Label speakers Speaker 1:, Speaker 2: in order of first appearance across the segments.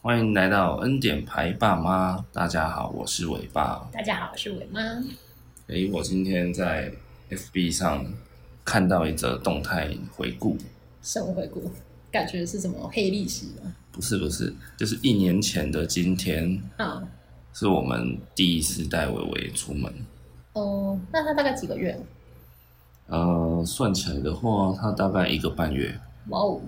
Speaker 1: 欢迎来到恩典牌爸妈，大家好，我是伟爸。
Speaker 2: 大家好，我是伟妈。
Speaker 1: 诶，我今天在 FB 上看到一则动态回顾，
Speaker 2: 生活回顾，感觉是什么黑历史吗？
Speaker 1: 不是不是，就是一年前的今天，
Speaker 2: 啊、
Speaker 1: 是我们第一次带伟伟出门。嗯
Speaker 2: 哦，那他大概几个月？
Speaker 1: 呃，算起来的话，他大概一个半月。
Speaker 2: 哇哦，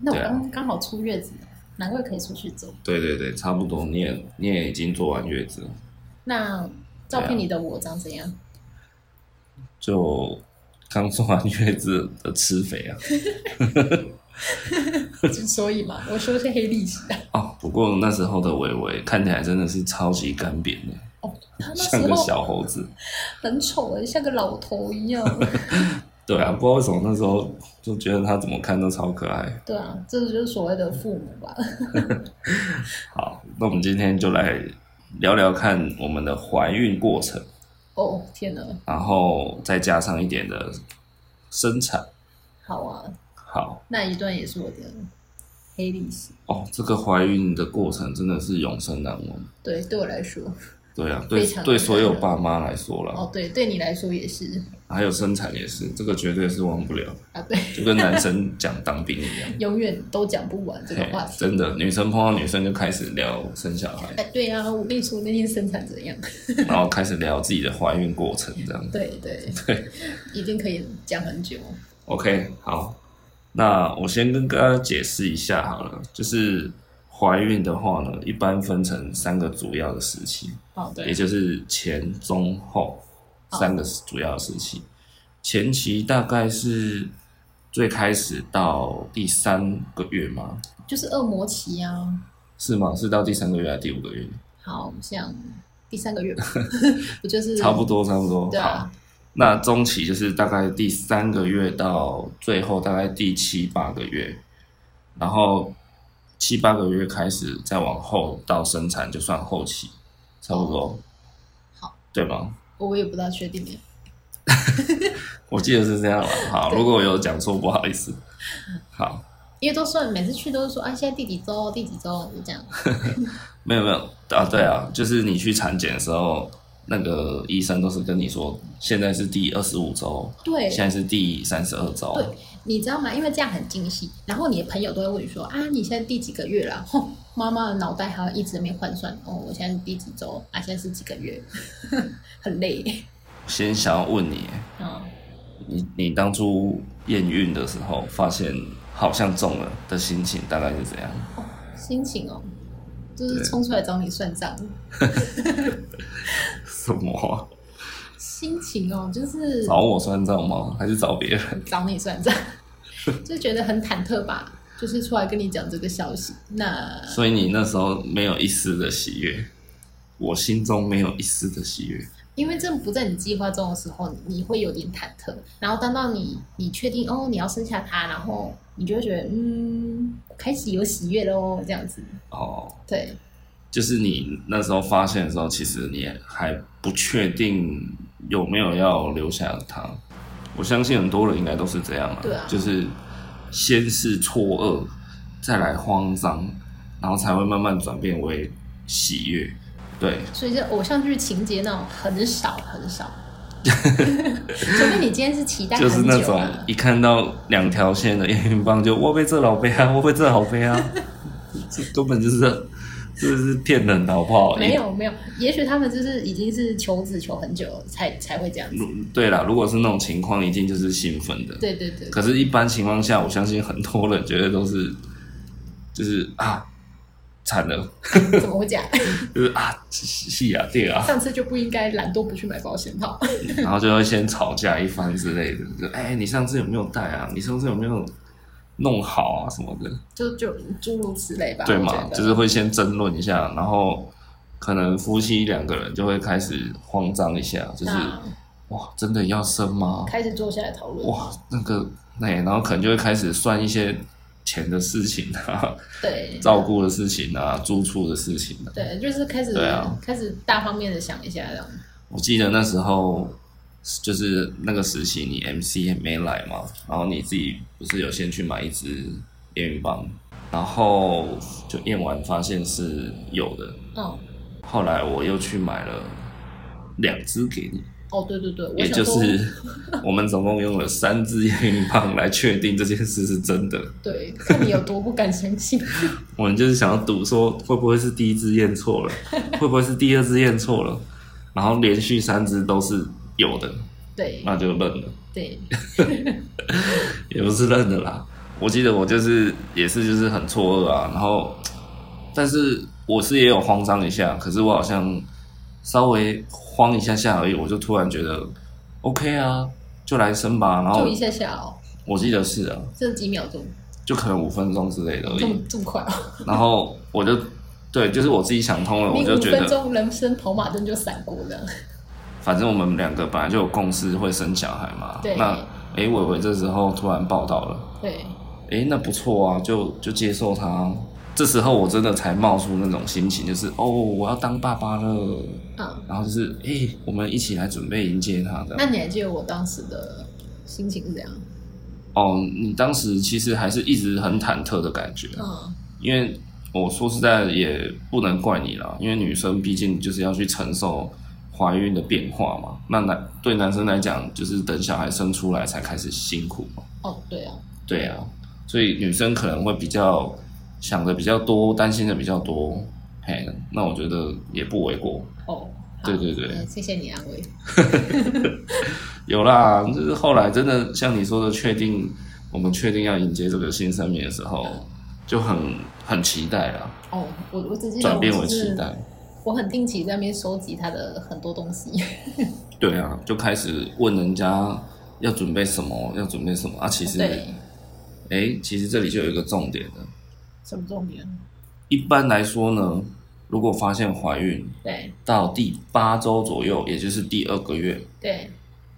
Speaker 2: 那我
Speaker 1: 对啊
Speaker 2: 刚刚好出月子，难怪可以出去走。
Speaker 1: 对对对，差不多，你也你也已经做完月子了，
Speaker 2: 那照
Speaker 1: 对啊
Speaker 2: 片里的我长怎 样？
Speaker 1: 就刚做完月子的吃肥啊。
Speaker 2: 之所以嘛，我说是黑历史 啊。
Speaker 1: 哦，不过那时候的伟伟看起来真的是超级干瘪的，
Speaker 2: 哦，他那
Speaker 1: 像
Speaker 2: 时
Speaker 1: 个
Speaker 2: 候
Speaker 1: 小猴子。
Speaker 2: 很丑诶，像个老头 一样。
Speaker 1: 对啊，不知道为什么那时候就觉得他怎么看都超可爱。
Speaker 2: 对啊，这就是所谓的父母吧。
Speaker 1: 好，那我们今天就来聊聊看我们的怀孕过程，
Speaker 2: 哦，天哪，
Speaker 1: 然后再加上一点的生产。
Speaker 2: 好啊，
Speaker 1: 好
Speaker 2: 那一段也是我的黑历史。
Speaker 1: 哦，这个怀孕的过程真的是永生难忘。
Speaker 2: 对，对我来说，
Speaker 1: 对啊，对
Speaker 2: 非常
Speaker 1: 对，所有爸妈来说啦，
Speaker 2: 哦，对，对你来说也是
Speaker 1: 还有生产也是，这个绝对是忘不了，
Speaker 2: 啊，对。
Speaker 1: 就跟男生讲当兵一样。
Speaker 2: 永远都讲不完 这个话
Speaker 1: 嘿
Speaker 2: 题。
Speaker 1: 真的，女生碰到女生就开始聊生小孩，
Speaker 2: 哎，对啊，我跟你说那天生产 怎样？
Speaker 1: 然后开始聊自己的怀孕过程，这样。
Speaker 2: 对对对，一定可以讲很久。
Speaker 1: OK，好，那我先跟大家解释一下好了，就是怀孕的话呢，一般分成三个主要的时期，
Speaker 2: 哦，
Speaker 1: 也
Speaker 2: 对，
Speaker 1: 就是前、中、后三个主要的时期。前期大概是最开始到第三个月吗？
Speaker 2: 就是恶魔期啊。
Speaker 1: 是吗？是到第三个月还是第五个月？
Speaker 2: 好，我们像第三个月 吧，不就是
Speaker 1: 差不多，差不多。
Speaker 2: 嗯对
Speaker 1: 好
Speaker 2: 啊，，
Speaker 1: 那中期就是大概第三个月到最后大概第七八个月，然后七八个月开始再往后到生产就算后期，差不多。
Speaker 2: 哦好，
Speaker 1: 对吗？
Speaker 2: 我也不大确定耶。
Speaker 1: 我记得是这样了。好，如果我有讲错，不好意思。好，
Speaker 2: 因为都算每次去都是说啊，现在第几周，第几周就这样。
Speaker 1: 没有没有啊，对啊，就是你去产检的时候，那个医生都是跟你说，现在是第二十五周，
Speaker 2: 对
Speaker 1: 现在是第三十二周，
Speaker 2: 对，你知道吗？因为这样很精细，然后你的朋友都会问你说啊，你现在第几个月了？ 哼，妈妈的脑袋还要一直在那边换算哦，我现在是第几周啊？现在是几个月？ 很累。
Speaker 1: 先想要问你。
Speaker 2: 嗯，
Speaker 1: 你你当初验孕的时候，发现好像中了的心情大概是怎样？
Speaker 2: 心情哦，就是
Speaker 1: 对
Speaker 2: 冲出来找你算账。
Speaker 1: 什么啊、
Speaker 2: 心情哦，就是
Speaker 1: 找我算账吗？还是找别人？
Speaker 2: 找你算账， 就觉得很忐忑吧。就是出来跟你讲这个消息，那
Speaker 1: 所以你那时候没有一丝的喜悦，我心中没有一丝的喜悦。
Speaker 2: 因为这不在你计划中的时候，你会有点忐忑。然后当到你你确定哦你要生下他，然后你就会觉得嗯开始有喜悦喽，这样子。
Speaker 1: 哦，
Speaker 2: 对
Speaker 1: 就是你那时候发现的时候，其实你还不确定有没有要留下他。我相信很多人应该都是这样啊，
Speaker 2: 对啊
Speaker 1: 就是先是错愕，再来慌张，然后才会慢慢转变为喜悦。对，
Speaker 2: 所以这偶像剧情节那种很少很 少，除非你今天是期待很
Speaker 1: 就
Speaker 2: 久、啊
Speaker 1: 是、那种一看到两条线的验孕棒就我被这老杯啊，我被这老杯啊， 这根本就是这是骗人的好不好？
Speaker 2: 没有没有，也许他们就是已经是求子求很久了才才会这样子。
Speaker 1: 对啦，如果是那种情况，一定就是兴奋的。
Speaker 2: 对对对，
Speaker 1: 可是，一般情况下，我相信很多人觉得都是， 就是啊，惨了，
Speaker 2: 怎么会 这样？
Speaker 1: 就是啊，戏啊，对啊，
Speaker 2: 上次就不应该懒惰不去买保险 套。
Speaker 1: 然后就会先吵架一番之类的。就哎、你上次有没有带啊？你上次有没有弄好啊？什么的，
Speaker 2: 就就诸如此类吧，
Speaker 1: 对
Speaker 2: 我觉
Speaker 1: 嘛？
Speaker 2: 得
Speaker 1: 就是会先争论一下，然后可能夫妻两个人就会开始慌张一下，就是
Speaker 2: 那
Speaker 1: 哇，真的要生吗？
Speaker 2: 开始坐下来讨论。
Speaker 1: 哇，那个那、然后可能就会开始算一些钱的事情啊。
Speaker 2: 对，
Speaker 1: 照顾的事情啊，住处的事情啊。
Speaker 2: 对，就是开始
Speaker 1: 对啊
Speaker 2: 开始大方面的想一下这样。
Speaker 1: 我记得那时候就是那个时期，你 MC 也没来嘛，然后你自己不是有先去买一支验孕棒，然后就验完发现是有的，
Speaker 2: 嗯，
Speaker 1: 后来我又去买了两只给你，
Speaker 2: 哦，对对对，我
Speaker 1: 也
Speaker 2: 想
Speaker 1: 就
Speaker 2: 说
Speaker 1: 是我们总共用了三支验孕棒来确定这件事是真的。
Speaker 2: 对，看你有多不敢相 信。
Speaker 1: 我们就是想要赌说会不会是第一支验错 了，会不会是第二支验错了，然后连续三支都是有的，
Speaker 2: 对
Speaker 1: 那就认了，
Speaker 2: 对，
Speaker 1: 也不是认的啦。我记得我就是也是就是很错愕啊，然后，但是我是也有慌张一下，可是我好像稍微慌一下下而已，我就突然觉得 OK 啊，就来生吧。然后
Speaker 2: 就一下下哦，
Speaker 1: 我记得是啊，
Speaker 2: 这几秒钟，
Speaker 1: 就可能五分钟之类的而
Speaker 2: 这
Speaker 1: 已
Speaker 2: 么。 这么快哦，
Speaker 1: 然后我就对，就是我自己想通了，我
Speaker 2: 你
Speaker 1: 就
Speaker 2: 五
Speaker 1: 觉得
Speaker 2: 分钟人生跑马灯就闪过了。
Speaker 1: 反正我们两个本来就有共识会生小孩嘛。
Speaker 2: 对
Speaker 1: 那诶，伟伟这时候突然报道了，
Speaker 2: 对，
Speaker 1: 诶，那不错啊，就就接受他。这时候我真的才冒出那种心情，就是哦，我要当爸爸了。
Speaker 2: 嗯，
Speaker 1: 然后就是诶，我们一起来准备迎接他的
Speaker 2: 那。你还记得我当时的心情是怎样？
Speaker 1: 哦，你当时其实还是一直很忐忑的感觉，啊
Speaker 2: 嗯，
Speaker 1: 因为我说实在也不能怪你啦，因为女生毕竟就是要去承受怀孕的变化嘛。那男对男生来讲，就是等小孩生出来才开始辛苦嘛。
Speaker 2: 哦，对啊，
Speaker 1: 对啊，所以女生可能会比较想的比较多，担心的比较多。嘿，那我觉得也不为过。
Speaker 2: 哦，好
Speaker 1: 对对对
Speaker 2: 嗯谢谢你安慰。
Speaker 1: 有啦，就是后来真的像你说的，确定我们确定要迎接这个新生命的时候，就很很期待啦，
Speaker 2: 哦，我我只记得
Speaker 1: 转变
Speaker 2: 我
Speaker 1: 为
Speaker 2: 就是
Speaker 1: 期待。
Speaker 2: 我很定期在那边收集他的很多东西。
Speaker 1: 对啊，就开始问人家要准备什么，要准备什么啊。其实，哎、
Speaker 2: 对，
Speaker 1: 其实这里就有一个重点了。
Speaker 2: 什么重点？
Speaker 1: 一般来说呢，如果发现怀孕
Speaker 2: 对
Speaker 1: 到第八周左右，也就是第二个月
Speaker 2: 对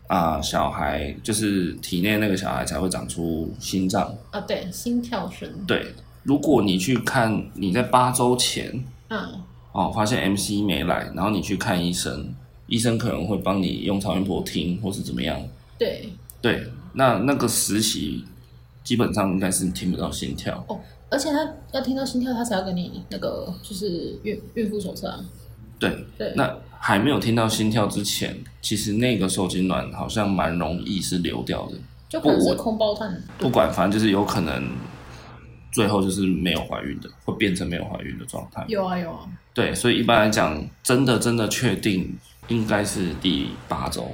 Speaker 1: 啊，小孩就是体内那个小孩才会长出心脏。
Speaker 2: 啊，对，心跳声。
Speaker 1: 对，如果你去看你在八周前
Speaker 2: 嗯，
Speaker 1: 哦，发现 MC 没来，然后你去看医生，医生可能会帮你用超音波听或是怎么样。
Speaker 2: 对
Speaker 1: 对，那那个实习基本上应该是听不到心跳。
Speaker 2: 哦，而且他要听到心跳，他才要给你那个就是孕孕妇手册啊。
Speaker 1: 对，
Speaker 2: 对，
Speaker 1: 那还没有听到心跳之前，其实那个受精卵好像蛮容易是流掉的，
Speaker 2: 就可能
Speaker 1: 不
Speaker 2: 是
Speaker 1: 稳
Speaker 2: 空包蛋。
Speaker 1: 不管反正就是有可能最后就是没有怀孕的，会变成没有怀孕的状态。
Speaker 2: 有啊有啊，
Speaker 1: 对，所以一般来讲，真的真的确定应该是第八周，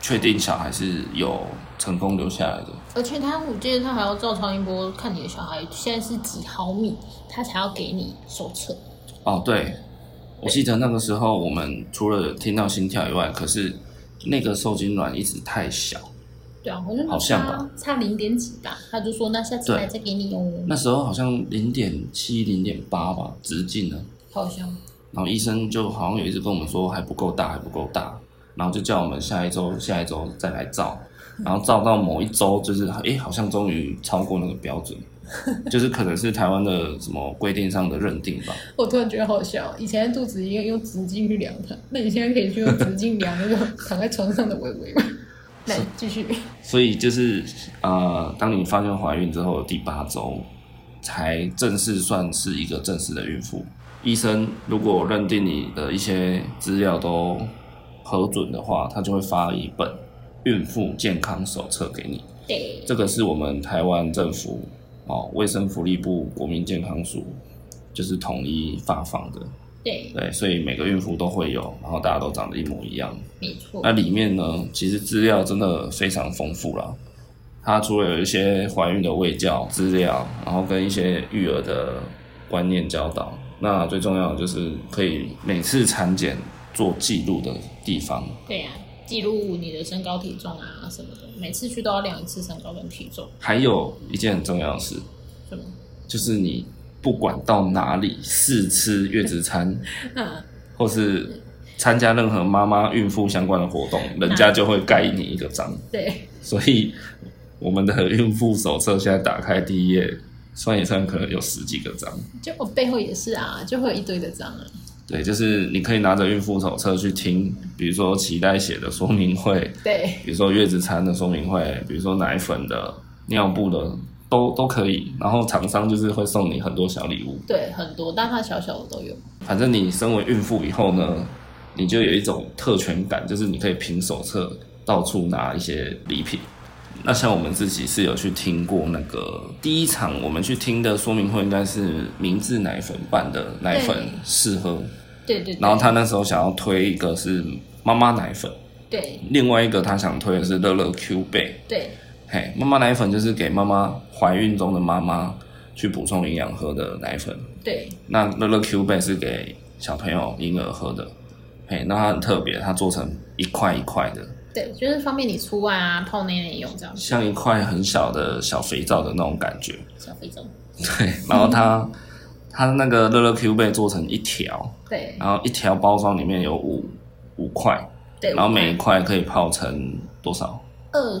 Speaker 1: 确定小孩是有成功留下来的。
Speaker 2: 而且他我记得他还要照超音波看你的小孩现在是几毫米，他才要给你手册。
Speaker 1: 哦，对，我记得那个时候我们除了听到心跳以外，可是那个受精卵一直太小，
Speaker 2: 对啊，我就
Speaker 1: 好像吧
Speaker 2: 差差零点几吧，他就说那下次
Speaker 1: 对
Speaker 2: 来再给你
Speaker 1: 那
Speaker 2: 哦，
Speaker 1: 时候好像零点七、零点八吧，直径呢。
Speaker 2: 好像
Speaker 1: 然后医生就好像有一直跟我们说还不够大，还不够大，然后就叫我们下一周、下一周再来照，然后照到某一周，就是诶，好像终于超过那个标准，就是可能是台湾的什么规定上的认定吧。
Speaker 2: 我突然觉得好笑，以前的肚子用用直径去量它，那你现在可以去用直径量那个 躺在床上的微微吗？来继续，
Speaker 1: 所以就是呃，当你发现怀孕之后的第八周，才正式算是一个正式的孕妇。医生如果认定你的一些资料都核准的话，他就会发一本孕妇健康手册给你。
Speaker 2: 对，
Speaker 1: 这个是我们台湾政府哦，卫生福利部国民健康署就是统一发放的，
Speaker 2: 对，
Speaker 1: 对，所以每个孕妇都会有，然后大家都长得一模一样。
Speaker 2: 没错
Speaker 1: 那，里面呢，其实资料真的非常丰富啦。它除了有一些怀孕的卫教资料，然后跟一些育儿的观念教导，那最重要的就是可以每次产检做记录的地方。
Speaker 2: 对呀、记录你的身高体重啊什么的，每次去都要量一次身高跟体重，
Speaker 1: 还有一件很重要的事，
Speaker 2: 是吗？
Speaker 1: 就是你不管到哪里试吃月子餐，
Speaker 2: 嗯，
Speaker 1: 或是参加任何妈妈孕妇相关的活动，人家就会盖你一个章。
Speaker 2: 对，
Speaker 1: 所以我们的孕妇手册现在打开第一页，算一算可能有十几个章。
Speaker 2: 就我背后也是啊，就会有一堆的章啊，
Speaker 1: 对，就是你可以拿着孕妇手册去听，比如说脐带血的说明会，
Speaker 2: 对，
Speaker 1: 比如说月子餐的说明会，比如说奶粉的、尿布的都都可以。然后厂商就是会送你很多小礼物，
Speaker 2: 对，很多大大小小的都有。
Speaker 1: 反正你身为孕妇以后呢，你就有一种特权感，就是你可以凭手册到处拿一些礼品。那像我们自己是有去听过那个第一场我们去听的说明会，应该是明治奶粉办的奶粉
Speaker 2: 对
Speaker 1: 试喝，
Speaker 2: 对对对。
Speaker 1: 然后他那时候想要推一个是妈妈奶粉，
Speaker 2: 对
Speaker 1: 另外一个他想推的是乐乐 Q 贝。
Speaker 2: 对
Speaker 1: 嘿，妈妈奶粉就是给妈妈怀孕中的妈妈去补充营养喝的奶粉。
Speaker 2: 对
Speaker 1: 那乐乐 Q 贝是给小朋友婴儿喝的。嘿，那它很特别，它做成一块一块的，
Speaker 2: 对，就是方便你出外啊泡奶奶用这样。
Speaker 1: 像一块很小的小肥皂的那种感觉。
Speaker 2: 小非洲。
Speaker 1: 对，然后它它那个乐乐 Q 贝做成一条，
Speaker 2: 对
Speaker 1: 然后一条包装里面有五五块，
Speaker 2: 对。
Speaker 1: 然后每一块可以泡成多少？
Speaker 2: 二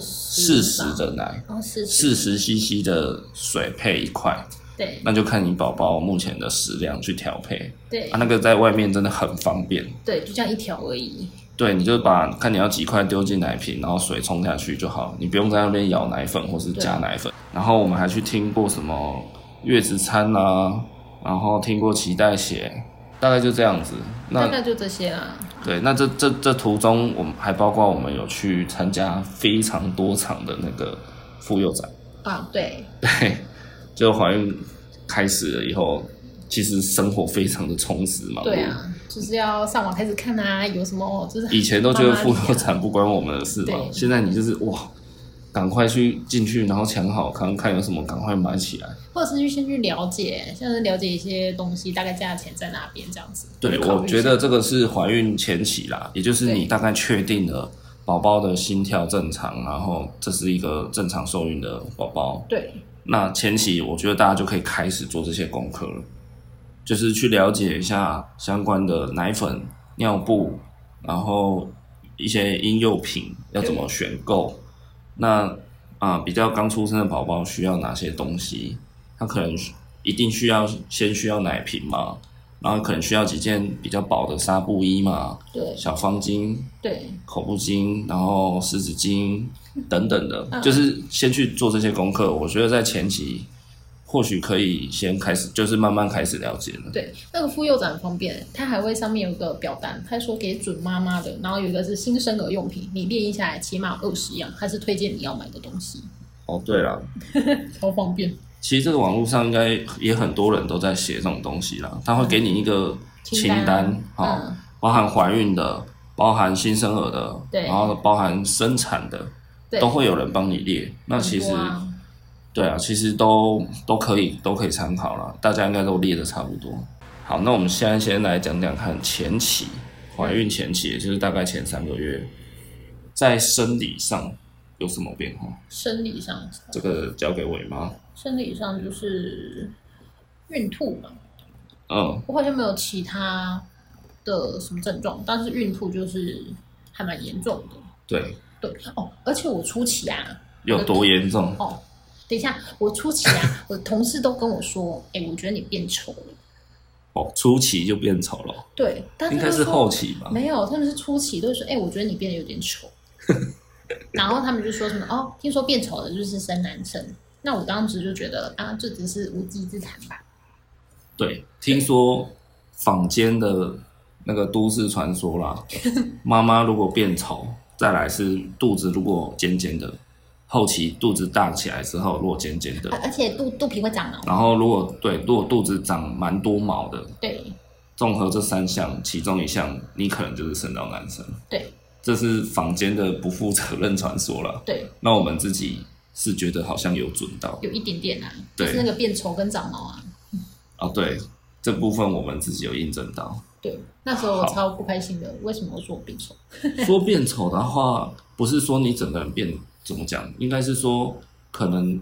Speaker 1: 四
Speaker 2: 十
Speaker 1: 十的奶，
Speaker 2: 哦四
Speaker 1: 四十 CC 的水配一块。
Speaker 2: 对
Speaker 1: 那就看你宝宝目前的食量去调配
Speaker 2: 对
Speaker 1: 啊。那个在外面真的很方便，
Speaker 2: 对，就这样一条而已。
Speaker 1: 对，你就把看你要几块丢进奶瓶，然后水冲下去就好，你不用在那边舀奶粉或是加奶粉。然后我们还去听过什么月子餐啦、然后听过脐带血，大概就这样子。
Speaker 2: 大
Speaker 1: 那
Speaker 2: 概就这些啦。
Speaker 1: 对，那这这这途中，我们还包括我们有去参加非常多场的那个妇幼展，
Speaker 2: 啊，对
Speaker 1: 对，就怀孕开始了以后，其实生活非常的充实嘛。
Speaker 2: 对啊，就是要上网开始看啊，有什么就是
Speaker 1: 以前都 觉得妇
Speaker 2: 妈妈
Speaker 1: 幼产不关我们的事嘛
Speaker 2: 对，
Speaker 1: 现在你就是哇，赶快去进去，然后抢好看看有什么，赶快买起来。
Speaker 2: 或者是去先去了解，像是了解一些东西，大概价钱在哪边这样子。
Speaker 1: 对，
Speaker 2: 考虑
Speaker 1: 我
Speaker 2: 一下
Speaker 1: 觉得这个是怀孕前期啦，也就是你
Speaker 2: 对
Speaker 1: 大概确定了宝宝的心跳正常，然后这是一个正常受孕的宝宝，
Speaker 2: 对
Speaker 1: 那前期我觉得大家就可以开始做这些功课了，就是去了解一下相关的奶粉、尿布，然后一些婴幼品要怎么选购。那啊、比较刚出生的宝宝需要哪些东西？他可能一定需要先需要奶瓶嘛，然后可能需要几件比较薄的纱布衣嘛，
Speaker 2: 对
Speaker 1: 小方巾、
Speaker 2: 对
Speaker 1: 口布巾，然后湿纸巾等等的，
Speaker 2: 嗯
Speaker 1: 就是先去做这些功课。我觉得在前期或许可以先开始，就是慢慢开始了解了。
Speaker 2: 对，那个妇幼展很方便，它还会上面有一个表单，它说给准妈妈的，然后有一个是新生儿用品，你列一下来起码有二十样，它是推荐你要买的东西，
Speaker 1: 哦，对了，
Speaker 2: 超方便。
Speaker 1: 其实这个网络上应该也很多人都在写这种东西啦，他会给你一个
Speaker 2: 清
Speaker 1: 清
Speaker 2: 单
Speaker 1: 单，哦，
Speaker 2: 嗯，
Speaker 1: 包含怀孕的，包含新生儿的，
Speaker 2: 对
Speaker 1: 然后包含生产的，
Speaker 2: 对，
Speaker 1: 都会有人帮你列。那其
Speaker 2: 很
Speaker 1: 实
Speaker 2: 多。啊
Speaker 1: 对啊，其实都都可以，都可以参考了，大家应该都列的差不多。好，那我们现在先来讲讲看前期怀孕前期，也就是大概前三个月，在生理上有什么变化？
Speaker 2: 生理上，
Speaker 1: 这个交给伟妈。
Speaker 2: 生理上就是孕吐嘛，
Speaker 1: 嗯，
Speaker 2: 我好像没有其他的什么症状，但是孕吐就是还蛮严重的。
Speaker 1: 对，
Speaker 2: 对哦，而且我初期啊，
Speaker 1: 有多严重？
Speaker 2: 哦，等一下，我初期 啊，我同事都跟我说，哎、我觉得你变丑了。
Speaker 1: 哦，初期就变丑了，
Speaker 2: 对，但是
Speaker 1: 应该
Speaker 2: 就是说
Speaker 1: 后期吧？
Speaker 2: 没有，他们是初期都说，哎、我觉得你变得有点丑。 然后他们就说什么哦，听说变丑的就是生男生。那我当时就觉得啊，这只是无稽之谈吧。
Speaker 1: 对，听说坊间的那个都市传说啦，妈妈如果变丑，再来是肚子如果尖尖的，后期肚子大起来之后，如果尖尖的
Speaker 2: 啊，而且肚肚皮会长毛。
Speaker 1: 然后如果对，如果肚子长蛮多毛的，
Speaker 2: 对
Speaker 1: 综合这三项其中一项，你可能就是生到男生，
Speaker 2: 对
Speaker 1: 这是坊间的不负责任传说啦。
Speaker 2: 对，
Speaker 1: 那我们自己是觉得好像有准到
Speaker 2: 有一点点啊，就
Speaker 1: 对
Speaker 2: 是那个变丑跟长毛啊。
Speaker 1: 哦，对，这部分我们自己有印证到。
Speaker 2: 对，那时候我
Speaker 1: 好
Speaker 2: 超不开心的。为什么我说我变丑？
Speaker 1: 说变丑的话，不是说你整个人变怎么讲，应该是说可能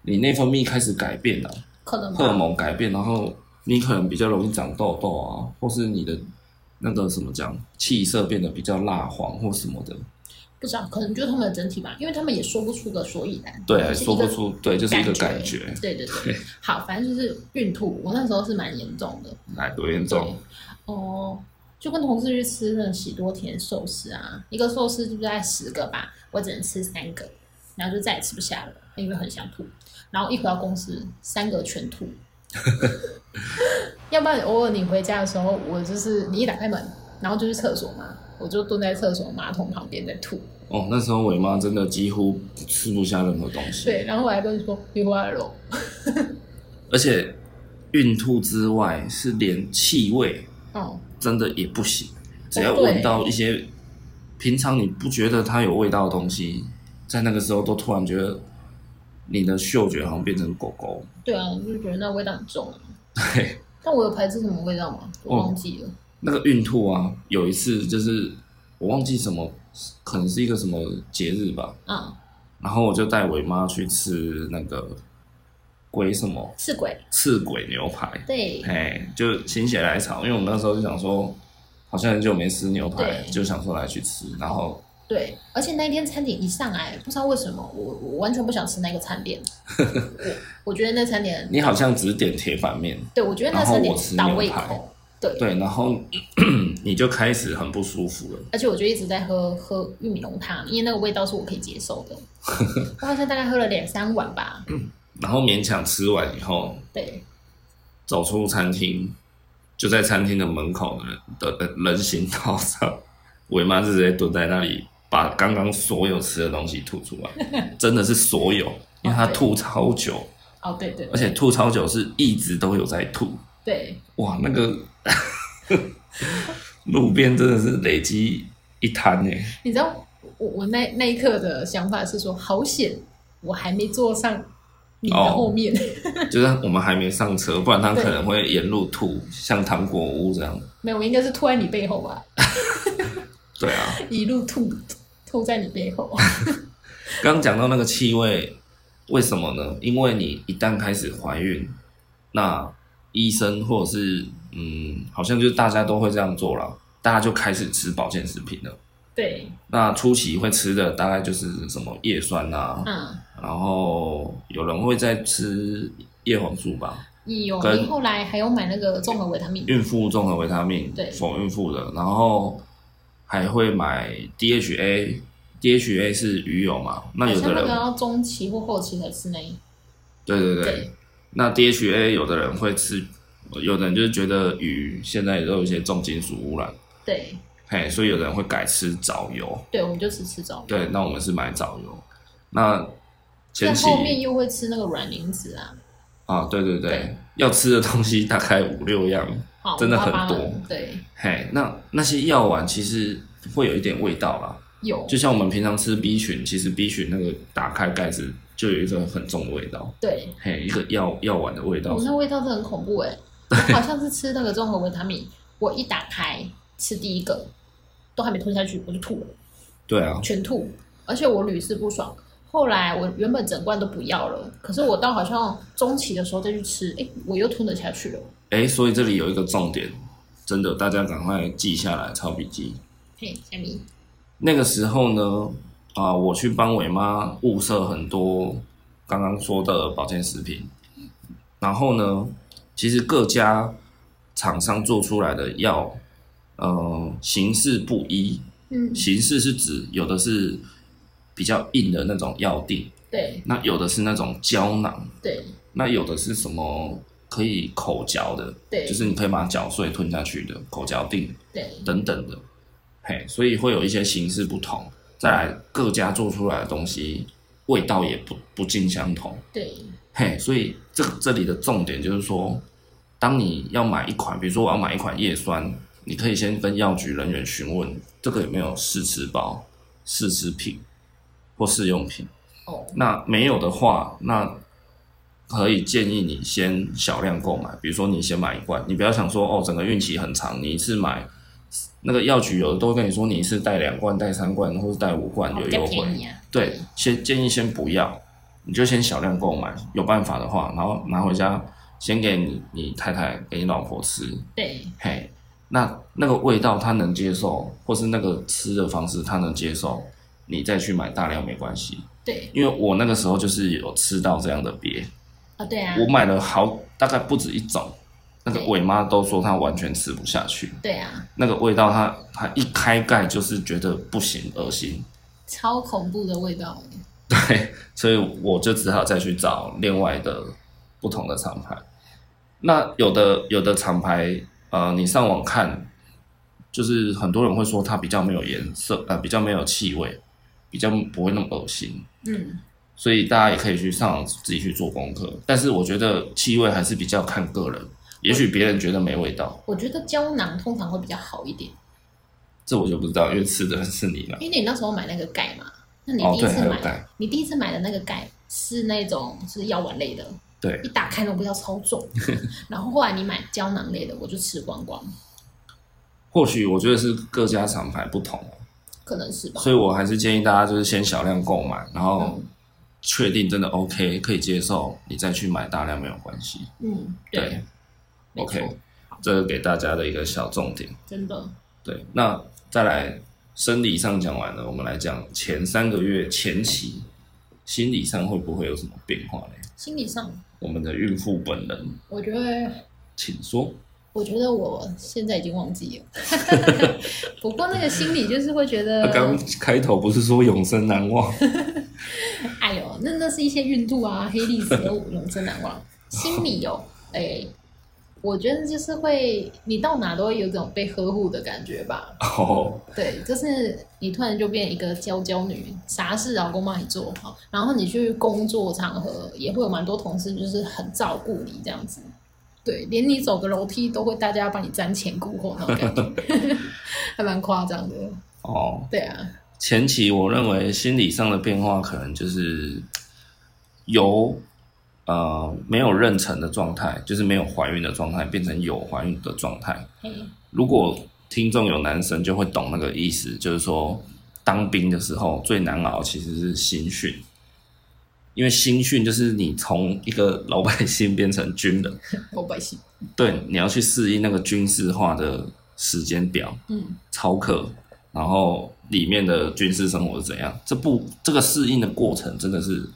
Speaker 1: 你内分泌开始改变了，
Speaker 2: 可能
Speaker 1: 荷尔
Speaker 2: 吗？
Speaker 1: 蒙改变，然后你可能比较容易长痘痘啊，或是你的那个什么讲，气色变得比较蜡黄或什么的。
Speaker 2: 不知道，可能就是他们的整体吧，因为他们也说不出个所以然。
Speaker 1: 对，
Speaker 2: 就是一
Speaker 1: 说不
Speaker 2: 个
Speaker 1: 出，对，就是一个感觉，
Speaker 2: 对对对，好，反正就是孕吐，我那时候是蛮严重的。
Speaker 1: 来多严
Speaker 2: 对
Speaker 1: 重。，
Speaker 2: 哦，就跟同事去吃那种喜多田寿司啊，一个寿司就大概十个吧，我只能吃三个，然后就再也吃不下了，因为很想吐。然后一回到公司，三个 全吐。要不然偶尔你回家的时候，我就是你一打开门，然后就去厕所嘛，我就蹲在厕所马桶旁边在吐。
Speaker 1: 哦，那时候伟妈真的几乎吃不下任何东西，
Speaker 2: 对，然后我还跟你说你回来了，哦
Speaker 1: 而且孕吐之外是连气味
Speaker 2: 哦，
Speaker 1: 真的也不行，只要
Speaker 2: 哦对
Speaker 1: 闻到一些平常你不觉得它有味道的东西，在那个时候都突然觉得你的嗅觉好像变成狗狗。
Speaker 2: 对啊，我就觉得那味道很重啊。
Speaker 1: 对， 哦
Speaker 2: 但我有排斥什么味道吗？我忘记了。
Speaker 1: 那个孕吐啊，有一次就是我忘记什么，可能是一个什么节日吧，
Speaker 2: 啊，
Speaker 1: 然后我就带伟妈去吃那个鬼什么
Speaker 2: 是鬼，
Speaker 1: 赤鬼牛排，
Speaker 2: 对，
Speaker 1: 哎，就心血来潮，因为我们那时候就想说，好像很久没吃牛排，
Speaker 2: 对
Speaker 1: 就想说来去吃，然后
Speaker 2: 对，而且那一天餐点一上来，不知道为什么，我我完全不想吃那个餐 点。我我觉得那餐点，
Speaker 1: 你好像只点铁板面，
Speaker 2: 对我觉得那
Speaker 1: 然后
Speaker 2: 餐点
Speaker 1: 我吃
Speaker 2: 倒
Speaker 1: 牛
Speaker 2: 胃
Speaker 1: 排
Speaker 2: 口。对，
Speaker 1: 对，然后 你就开始很不舒服了。
Speaker 2: 而且我就一直在喝喝玉米浓汤，因为那个味道是我可以接 受的。我好像大概喝了两三碗吧。
Speaker 1: 然后勉强吃完以后，
Speaker 2: 对，
Speaker 1: 走出餐厅，就在餐厅的门口的人的人行道上，伟妈是直接蹲在那里，把刚刚所有吃的东西吐出来，真的是所有，因为她
Speaker 2: 对
Speaker 1: 吐超久，
Speaker 2: 哦，对对
Speaker 1: 而且吐超久是一直都有在吐。
Speaker 2: 对，
Speaker 1: 哇，那个 路边真的是累积一滩欸呢。
Speaker 2: 你知道我我那那一刻的想法是说，好险，我还没坐上你的
Speaker 1: 哦
Speaker 2: 后面。
Speaker 1: 就是我们还没上车，不然他
Speaker 2: 对
Speaker 1: 可能会沿路吐，像糖果屋这样。
Speaker 2: 没有，我应该是吐在你背后吧，
Speaker 1: 对啊，
Speaker 2: 一路吐吐在你背 后。
Speaker 1: 刚讲到那个气味，为什么呢？因为你一旦开始怀孕，那医生或者是嗯，好像就是大家都会这样做了，大家就开始吃保健食品了。
Speaker 2: 对，
Speaker 1: 那初期会吃的大概就是什么叶酸啊，
Speaker 2: 嗯，
Speaker 1: 然后有人会在吃叶黄素吧，
Speaker 2: 有
Speaker 1: 跟
Speaker 2: 你后来还有买那个综合维他命，
Speaker 1: 孕妇综合维他命，
Speaker 2: 对
Speaker 1: 否孕妇的，然后还会买 DHA。DHA 是鱼油嘛？那
Speaker 2: 好
Speaker 1: 有
Speaker 2: 像
Speaker 1: 的
Speaker 2: 那
Speaker 1: 人
Speaker 2: 个哦要中期或后期才吃那一。
Speaker 1: 对对对，
Speaker 2: 对
Speaker 1: 那 DHA 有的人会吃，有的人就是觉得鱼现在也都有一些重金属污染，
Speaker 2: 对
Speaker 1: 嘿，所以有的人会改吃藻油。
Speaker 2: 对，我们就只吃早餐。
Speaker 1: 对，那我们是买藻油。那前
Speaker 2: 但
Speaker 1: 期
Speaker 2: 后面又会吃那个软磷脂啊，
Speaker 1: 啊，对对对，
Speaker 2: 对
Speaker 1: 要吃的东西大概五六样，
Speaker 2: 好
Speaker 1: 真的
Speaker 2: 五花八
Speaker 1: 很多
Speaker 2: 门对，
Speaker 1: 嘿，那那些药丸其实会有一点味道啦，
Speaker 2: 有
Speaker 1: 就像我们平常吃 B 群，其实 B 群那个打开盖子就有一个很重的味道，
Speaker 2: 对，哦
Speaker 1: 嘿，一个药药丸的味道
Speaker 2: 我。那味道真的很恐怖哎、我好像是吃那个综合维他命，我一打开吃第一个，都还没吞下去我就吐了。
Speaker 1: 对啊，
Speaker 2: 全吐，而且我屡试不爽。后来我原本整罐都不要了，可是我到好像中期的时候再去吃，哎，我又吞得下去了。
Speaker 1: 哎，所以这里有一个重点，真的，大家赶快记下来，抄笔记。
Speaker 2: 嘿，虾米，
Speaker 1: 那个时候呢，啊，我去帮伟妈物色很多刚刚说的保健食品，然后呢，其实各家厂商做出来的药，呃，形式不一。
Speaker 2: 嗯，
Speaker 1: 形式是指有的是比较硬的那种药锭，
Speaker 2: 对
Speaker 1: 那有的是那种胶囊，
Speaker 2: 对
Speaker 1: 那有的是什么可以口嚼的，
Speaker 2: 对，
Speaker 1: 就是你可以把它嚼碎吞下去的口嚼锭
Speaker 2: 对
Speaker 1: 等等的，嘿，所以会有一些形式不同。再来，各家做出来的东西味道也不不尽相同，
Speaker 2: 对
Speaker 1: 嘿，所以这这里的重点就是说，当你要买一款，比如说我要买一款叶酸，你可以先跟药局人员询问这个有没有试吃包、试吃品或试用品。
Speaker 2: 哦，
Speaker 1: 那没有的话，那可以建议你先小量购买，比如说你先买一罐，你不要想说哦，整个孕期很长，你一次买那个药局有的都会跟你说你一次带两罐、带三罐或是带五罐
Speaker 2: 哦
Speaker 1: 有
Speaker 2: 比较
Speaker 1: 优
Speaker 2: 便
Speaker 1: 惠，
Speaker 2: 宜啊。
Speaker 1: 对，先建议先不要，你就先小量购买，有办法的话，然后拿回家先给你你太太、给你老婆吃，
Speaker 2: 对
Speaker 1: 嘿，那那个味道她能接受，或是那个吃的方式她能接受，你再去买大量没关系。
Speaker 2: 对
Speaker 1: 因为我那个时候就是有吃到这样的鳖，
Speaker 2: 啊，对啊，
Speaker 1: 我买了好大概不止一种，那个
Speaker 2: 对
Speaker 1: 伟妈都说她完全吃不下去，
Speaker 2: 对啊，
Speaker 1: 那个味道她她一开盖就是觉得不行，恶心。
Speaker 2: 超恐怖的味道欸。
Speaker 1: 对，所以我就只好再去找另外的不同的厂牌。那有的有的厂牌，呃，你上网看，就是很多人会说它比较没有颜色，呃，比较没有气味，比较不会那么恶心，
Speaker 2: 嗯，
Speaker 1: 所以大家也可以去上网自己去做功课。但是我觉得气味还是比较看个人，也许别人觉得没味道，
Speaker 2: 我觉得胶囊通常会比较好一点，
Speaker 1: 这我就不知道，因为吃的是你了。
Speaker 2: 因为你那时候买那个钙嘛，那你
Speaker 1: 哦，
Speaker 2: 第一
Speaker 1: 对，
Speaker 2: 次
Speaker 1: 还有
Speaker 2: 买，
Speaker 1: 钙，
Speaker 2: 你第一次买的那个钙是那种是药丸类的，
Speaker 1: 对
Speaker 2: 一打开那种味道超重， 然后后来你买胶囊类的，我就吃光光，
Speaker 1: 或许我觉得是各家厂牌不同啊、
Speaker 2: 可能是吧。
Speaker 1: 所以我还是建议大家就是先小量购买，然后
Speaker 2: 嗯
Speaker 1: 确定真的 OK 可以接受，你再去买大量没有关系。
Speaker 2: 嗯，对
Speaker 1: 对，
Speaker 2: 没错
Speaker 1: ，OK，这个给大家的一个小重点。
Speaker 2: 真的，
Speaker 1: 对，那再来生理上讲完了，我们来讲前三个月前期心理上会不会有什么变化呢？
Speaker 2: 心理上
Speaker 1: 我们的孕妇本人，
Speaker 2: 我觉得
Speaker 1: 请说。
Speaker 2: 我觉得我现在已经 忘记了，不过那个心理就是会觉得
Speaker 1: 那，啊刚开头不是说永生难忘？
Speaker 2: 哎呦，那那是一些孕吐啊、黑历史都永生 难忘。心理有，哎、我觉得就是会，你到哪都会有一种被呵护的感觉吧。
Speaker 1: 哦，
Speaker 2: 对，就是你突然就变一个娇娇女，啥事老公帮你做好，然后你去工作场合也会有蛮多同事就是很照顾你这样子。对，连你走个楼梯都会大家帮你瞻前顾后那种感觉， 还蛮夸张的。
Speaker 1: 哦，
Speaker 2: 对啊，
Speaker 1: 前期我认为心理上的变化可能就是由呃没有妊娠的状态，就是没有怀孕的状态，变成有怀孕的状态。
Speaker 2: 嘿，
Speaker 1: 如果听众有男生就会懂那个意思，就是说当兵的时候最难熬其实是新训，因为新训就是你从一个老百姓变成军人，
Speaker 2: 老百姓，
Speaker 1: 对，你要去适应那个军事化的时间表。
Speaker 2: 嗯，
Speaker 1: 操课，然后里面的军事生活是怎样？这不，这个适应的过程真的是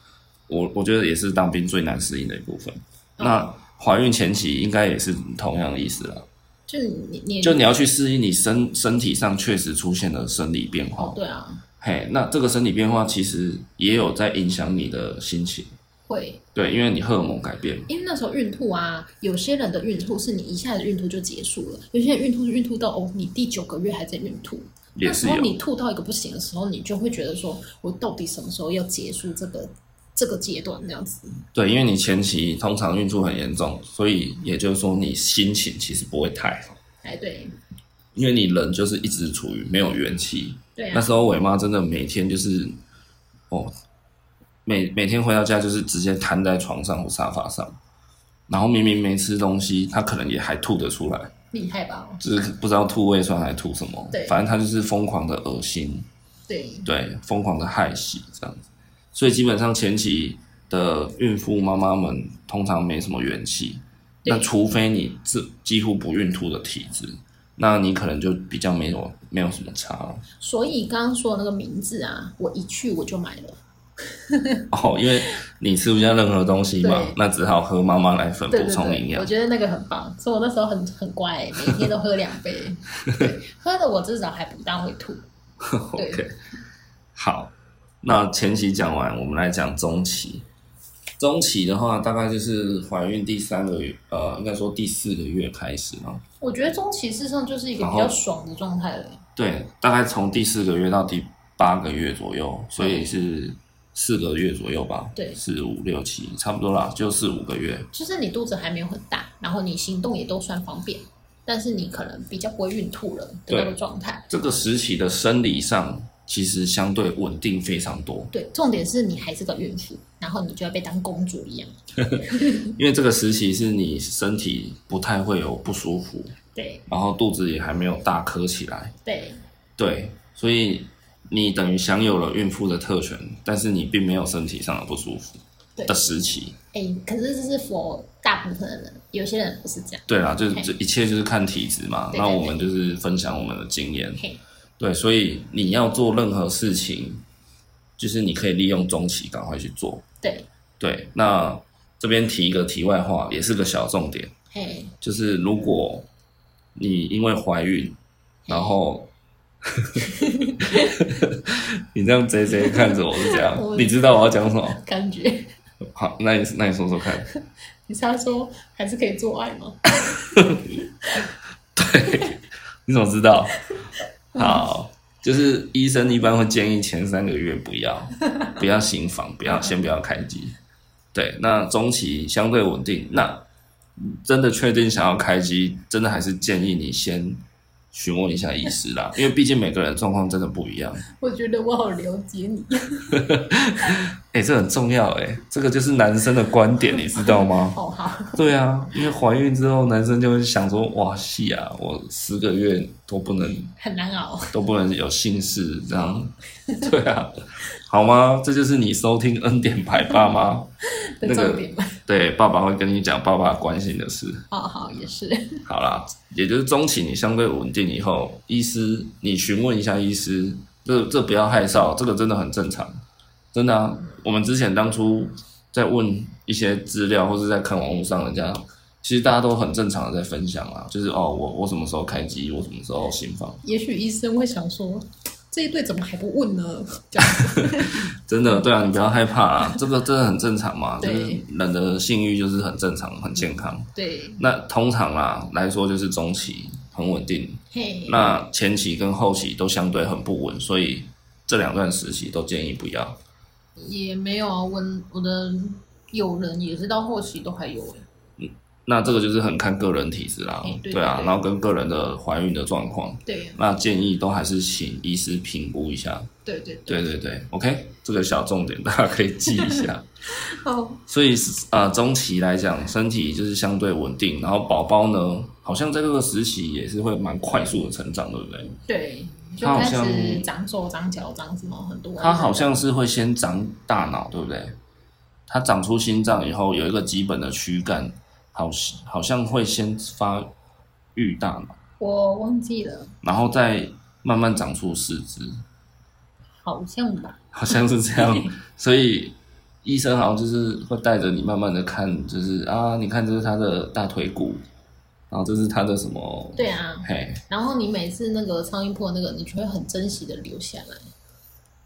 Speaker 1: 我我觉得也是当兵最难适应的一部分。那怀孕前期应该也是同样的意思了，
Speaker 2: 就是你你
Speaker 1: 就你要去适应你身身体上确实出现了生理变
Speaker 2: 哦
Speaker 1: 化，，
Speaker 2: 对啊，
Speaker 1: 嘿，那这个生理变化其实也有在影响你的心情，
Speaker 2: 会，
Speaker 1: 对，因为你荷尔蒙改变嘛，
Speaker 2: 因为那时候孕吐啊，有些人的孕吐是你一下子孕吐就结束了，有些人孕吐是孕吐到哦，你第九个月还在孕吐，
Speaker 1: 也
Speaker 2: 那时
Speaker 1: 是
Speaker 2: 候
Speaker 1: 有
Speaker 2: 你吐到一个不行的时候，你就会觉得说，我到底什么时候要结束这个这个阶段？这样子，
Speaker 1: 对，因为你前期通常孕吐很严重，所以也就是说你心情其实不会太好。
Speaker 2: 哎，对，
Speaker 1: 因为你人就是一直处于没有元气。
Speaker 2: 对
Speaker 1: 那
Speaker 2: 啊，
Speaker 1: 时候伟妈真的每天就是，哦，每每天回到家就是直接瘫在床上或沙发上，然后明明没吃东西，她可能也还吐得出来，
Speaker 2: 厉害吧？
Speaker 1: 就是不知道吐胃酸还吐什么
Speaker 2: 对，
Speaker 1: 反正她就是疯狂的恶心，
Speaker 2: 对，
Speaker 1: 对，疯狂的害喜这样子。所以基本上前期的孕妇妈妈们通常没什么元气，
Speaker 2: 对
Speaker 1: 那除非你是几乎不孕吐的体质，那你可能就比较没有没有什么差了。
Speaker 2: 所以刚刚说的那个名字啊，我一去我就买了，
Speaker 1: 哦，因为你吃不下任何东西嘛
Speaker 2: 对，
Speaker 1: 那只好喝妈妈奶粉
Speaker 2: 对
Speaker 1: 补
Speaker 2: 对
Speaker 1: 充营
Speaker 2: 对，
Speaker 1: 养
Speaker 2: 我。觉得那个很棒，所以我那时候很 很乖，每天都喝两杯，对，喝的我至少还不大会吐，对
Speaker 1: OK，好，那前期讲完，我们来讲中期。中期的话，大概就是怀孕第三个月，呃，应该说第四个月开始嘛。
Speaker 2: 我觉得中期事实上就是一个比
Speaker 1: 然后
Speaker 2: 较爽的状态了。
Speaker 1: 对，大概从第四个月到第八个月左右，所以是四个月左右吧。
Speaker 2: 对
Speaker 1: 四五六七，差不多啦，就四五个月。
Speaker 2: 就是你肚子还没有很大，然后你行动也都算方便，但是你可能比较不会孕吐了的那个
Speaker 1: 对
Speaker 2: 状态。
Speaker 1: 这个时期的生理上其实相对稳定非常多，
Speaker 2: 对，重点是你还是个孕妇，然后你就要被当公主一样。
Speaker 1: 因为这个时期是你身体不太会有不舒服，
Speaker 2: 对
Speaker 1: 然后肚子也还没有大颗起来，
Speaker 2: 对
Speaker 1: 对，所以你等于享有了孕妇的特权，但是你并没有身体上的不舒服
Speaker 2: 对
Speaker 1: 的，时期。
Speaker 2: 哎，可是这是否大部分的人，有些人不是这样。
Speaker 1: 对啦，就是
Speaker 2: 嘿
Speaker 1: 这一切就是看体质嘛。
Speaker 2: 嗯对对
Speaker 1: 那我们就是分享我们的经验，
Speaker 2: 嘿，
Speaker 1: 对，所以你要做任何事情，就是你可以利用中期赶快去做。
Speaker 2: 对，
Speaker 1: 对，那这边提一个题外话，也是个小重点，
Speaker 2: 嘿，
Speaker 1: 就是如果你因为怀孕，然后 你这样贼贼看着我是这样
Speaker 2: 我，
Speaker 1: 你知道我要讲什么？
Speaker 2: 感觉
Speaker 1: 好，那你那你说说看。
Speaker 2: 你是要说还是可以做爱吗？
Speaker 1: 你怎么知道？好，就是医生一般会建议前三个月不要，不要行房，不要先不要开机。对，那中期相对稳定，那真的确定想要开机，真的还是建议你先询问一下医师啦，因为毕竟每个人状况真的不一样。
Speaker 2: 我觉得我好了解你，
Speaker 1: 哎、这很重要哎、这个就是男生的观点，你知道吗？
Speaker 2: 好好，
Speaker 1: 对啊，因为怀孕之后，男生就会想说，哇，系啊，我十个月都不能
Speaker 2: 很难熬。
Speaker 1: 都不能有姓氏，这样， 对啊，好吗？这就是你收听恩典牌爸妈，
Speaker 2: 的
Speaker 1: 那个
Speaker 2: 重点吧。
Speaker 1: 对爸爸会跟你讲爸爸关心的事。
Speaker 2: 好好，也是，
Speaker 1: 好啦，也就是中期你相对稳定以后，医师你询问一下医师，这这不要害臊，这个真的很正常，真的啊。我们之前当初在问一些资料，或是在看网络上人家，其实大家都很正常的在分享啊，就是哦，我我什么时候开机，我什么时候行房。
Speaker 2: 也许医生会想说，这一对怎么还不问呢？这样 子，
Speaker 1: 真的，对啊，你不要害怕啊，这个真的很正常嘛，就
Speaker 2: 对
Speaker 1: 是人的性欲就是很正常、很健康。
Speaker 2: 对，
Speaker 1: 那通常啦来说就是中期很稳定，
Speaker 2: 嘿，
Speaker 1: 那前期跟后期都相对很不稳，所以这两段时期都建议不要。
Speaker 2: 也没有啊。我我的友人也是到后期都还有欸
Speaker 1: 那这个就是很看个人体质啦
Speaker 2: 哎，对
Speaker 1: 对啊，
Speaker 2: 对对
Speaker 1: 然后跟个人的怀孕的状况，
Speaker 2: 对啊
Speaker 1: 那建议都还是请医师评估一下。
Speaker 2: 对对对，
Speaker 1: 对对对，OK，这个小重点大家可以记一下。
Speaker 2: 好，
Speaker 1: 所以啊、呃，中期来讲，身体就是相对稳定，然后宝宝呢，好像在这个时期也是会蛮快速的成长，对不对？
Speaker 2: 对，就
Speaker 1: 他好
Speaker 2: 开
Speaker 1: 像
Speaker 2: 始长手长脚长什么很多。啊
Speaker 1: 它好像是会先长大脑，对不对？它长出心脏以后，有一个基本的躯干，好像好像会先发育大脑，
Speaker 2: 我忘记了，
Speaker 1: 然后再慢慢长出四肢，
Speaker 2: 好像吧。
Speaker 1: 好像是这样。所以医生好像就是会带着你慢慢的看，就是啊，你看这是他的大腿骨，然后这是他的什么？
Speaker 2: 对啊，
Speaker 1: 嘿，
Speaker 2: 然后你每次那个超音波那个，你就会很珍惜的留下来。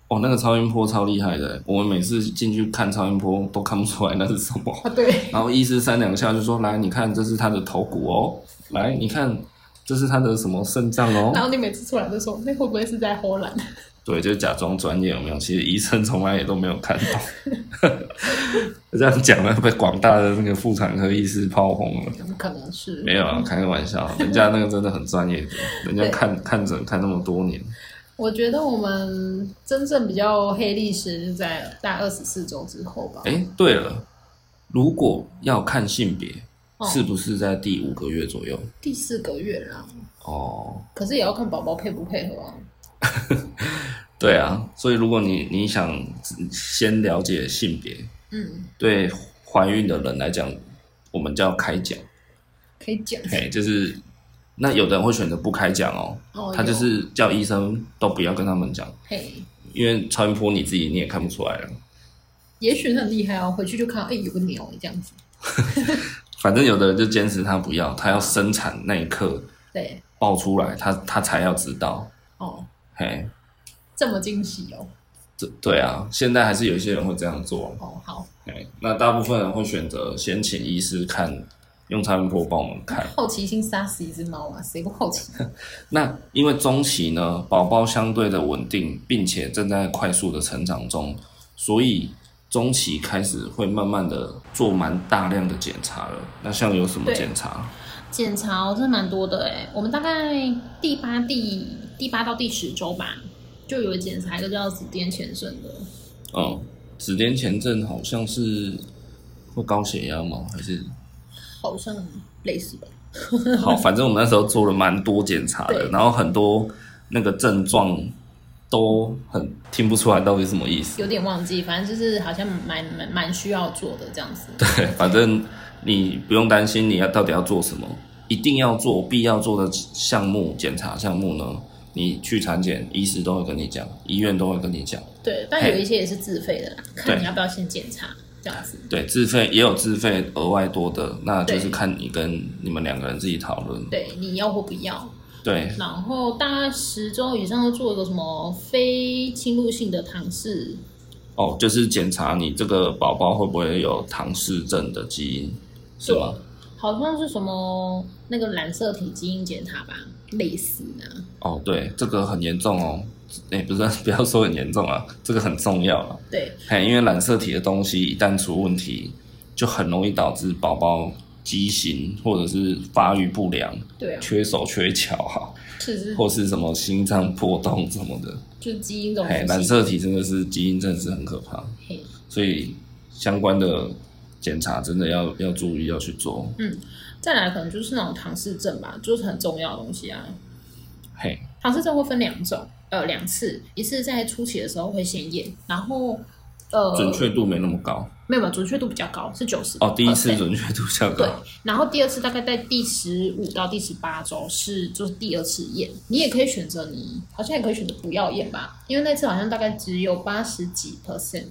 Speaker 1: 哦，那个超音波超厉害的，我们每次进去看超音波都看不出来那是什么。
Speaker 2: 啊，对，
Speaker 1: 然后医师三两下就说：“来，你看这是他的头骨哦，来，你看这是他的什么肾脏
Speaker 2: 然
Speaker 1: 哦。
Speaker 2: 后你每次出来就说，那会不会是在荷兰？”
Speaker 1: 对，就假装专业有没有？其实医生从来也都没有看懂。 这样讲了，被广大的那个妇产科医师炮轰了。
Speaker 2: 怎么可能是？
Speaker 1: 没有啊，开个玩笑，人家那个真的很专业的，人家
Speaker 2: 对
Speaker 1: 看看诊看那么多年。
Speaker 2: 我觉得我们真正比较黑历史是在大二十四周之后吧。
Speaker 1: 哎，对了，如果要看性别，
Speaker 2: 哦
Speaker 1: 是不是在第五个月左右？
Speaker 2: 第四个月啦，
Speaker 1: 哦，
Speaker 2: 可是也要看宝宝配不配合啊。
Speaker 1: 对啊，所以如果你你想先了解性别，
Speaker 2: 嗯，
Speaker 1: 对怀孕的人来讲，我们叫开讲，
Speaker 2: 可以讲。
Speaker 1: 嘿，就是那有的人会选择不开讲哦，
Speaker 2: 哦，
Speaker 1: 他就
Speaker 2: 有
Speaker 1: 是叫医生都不要跟他们讲，
Speaker 2: 嘿，
Speaker 1: 因为超音波你自己你也看不出来了，
Speaker 2: 也许很厉害哦，回去就看到哎、有个鸟这样子。
Speaker 1: 反正有的人就坚持他不要，他要生产那一刻
Speaker 2: 对，
Speaker 1: 爆出来，他他才要知道，
Speaker 2: 哦，
Speaker 1: 嘿，
Speaker 2: 这么惊喜哦。
Speaker 1: 这对啊，现在还是有一些人会这样做，
Speaker 2: 哦，好
Speaker 1: 嘿，那大部分人会选择先请医师看，用超音波帮我们看。
Speaker 2: 好奇心杀死一只猫啊，谁不好奇？
Speaker 1: 那因为中期呢，宝宝相对的稳定，并且正在快速的成长中，所以中期开始会慢慢的做蛮大量的检查了。那像有什么
Speaker 2: 对
Speaker 1: 检查？
Speaker 2: 检查哦真的蛮多的哎，我们大概第八、第第八到第十周吧，就有检查一个叫紫癜前顺的，
Speaker 1: 嗯，子痫前症好像是会高血压吗？还是
Speaker 2: 好像类似吧。
Speaker 1: 好？反正我们那时候做了蛮多检查的，
Speaker 2: 对
Speaker 1: 然后很多那个症状都很听不出来到底什么意思。
Speaker 2: 有点忘记，反正就是好像蛮蛮蛮需要做的这样子。
Speaker 1: 对，反正你不用担心你要到底要做什么，一定要做必要做的项目检查项目呢，你去产检，医师都会跟你讲，医院都会跟你讲。
Speaker 2: 对，但
Speaker 1: 嘿
Speaker 2: 有一些也是自费的啦，看
Speaker 1: 哎对
Speaker 2: 你要不要先检查这样子。
Speaker 1: 对，自费也有自费额外多的，那就是
Speaker 2: 对
Speaker 1: 看你跟你们两个人自己讨论。
Speaker 2: 对，你要或不要。
Speaker 1: 对，
Speaker 2: 然后大概十周以上要做一个什么非侵入性的唐氏，
Speaker 1: 哦，就是检查你这个宝宝会不会有唐氏症的基因，是吗？
Speaker 2: 好像是什么那个染色体基因检查吧，类似的。
Speaker 1: 哦，对，这个很严重哦。哎、不是， 不要说很严重啊，这个很重要啊。
Speaker 2: 对，
Speaker 1: 嘿，因为染色体的东西一旦出问题，就很容易导致宝宝畸形或者是发育不良、
Speaker 2: 对啊，
Speaker 1: 缺手缺脚啊，
Speaker 2: 是是，
Speaker 1: 或是什么心脏破洞什么的。
Speaker 2: 就是基因这种
Speaker 1: 嘿，
Speaker 2: 东
Speaker 1: 染
Speaker 2: 西。
Speaker 1: 哎色体真的是基因，真的是很可怕，
Speaker 2: 嘿
Speaker 1: 所以相关的检查真的要要注意要去做。
Speaker 2: 再来可能就是那种唐氏症吧，就是很重要的东西啊。
Speaker 1: 嘿，
Speaker 2: 唐氏症会分两种，呃，两次，一次在初期的时候会先验，然后呃，
Speaker 1: 准确度没那么高
Speaker 2: 没有没有准确度比较高，是九十
Speaker 1: 哦，第一次准确度较
Speaker 2: 对
Speaker 1: 高。，
Speaker 2: 然后第二次大概在第十五到第十八周是就是第二次验，你也可以选择你好像也可以选择不要验吧，因为那次好像大概只有八十几 percent，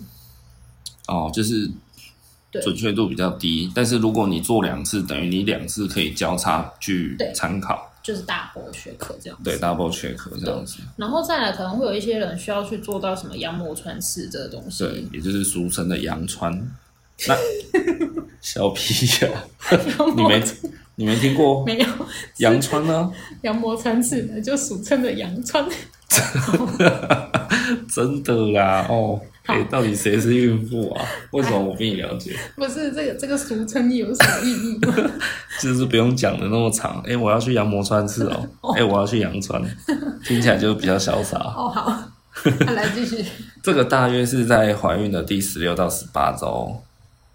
Speaker 1: 哦，就是
Speaker 2: 对
Speaker 1: 准确度比较低，但是如果你做两次，等于你两次可以交叉去
Speaker 2: 对
Speaker 1: 参考，
Speaker 2: 就是大博学科这样子。
Speaker 1: 对 double check 这样子，
Speaker 2: 然后再来可能会有一些人需要去做到什么羊膜穿刺这个东西，
Speaker 1: 对，也就是俗称的羊穿。 那小屁呀、
Speaker 2: 羊
Speaker 1: 你
Speaker 2: 膜
Speaker 1: 没你没听过
Speaker 2: 没有
Speaker 1: 羊穿呢、
Speaker 2: 羊膜穿刺的就俗称的羊穿，
Speaker 1: 真的啦，哦，哎、到底谁是孕妇啊？为什么我比你了解？
Speaker 2: 不是这个这个俗称有什么意义吗？
Speaker 1: 就是不用讲的那么长。哎、我要去羊膜穿刺 哦，哎、我要去羊穿，听起来就比较潇洒。
Speaker 2: 哦 好，来继续，
Speaker 1: 这个大约是在怀孕的第十六到十八周，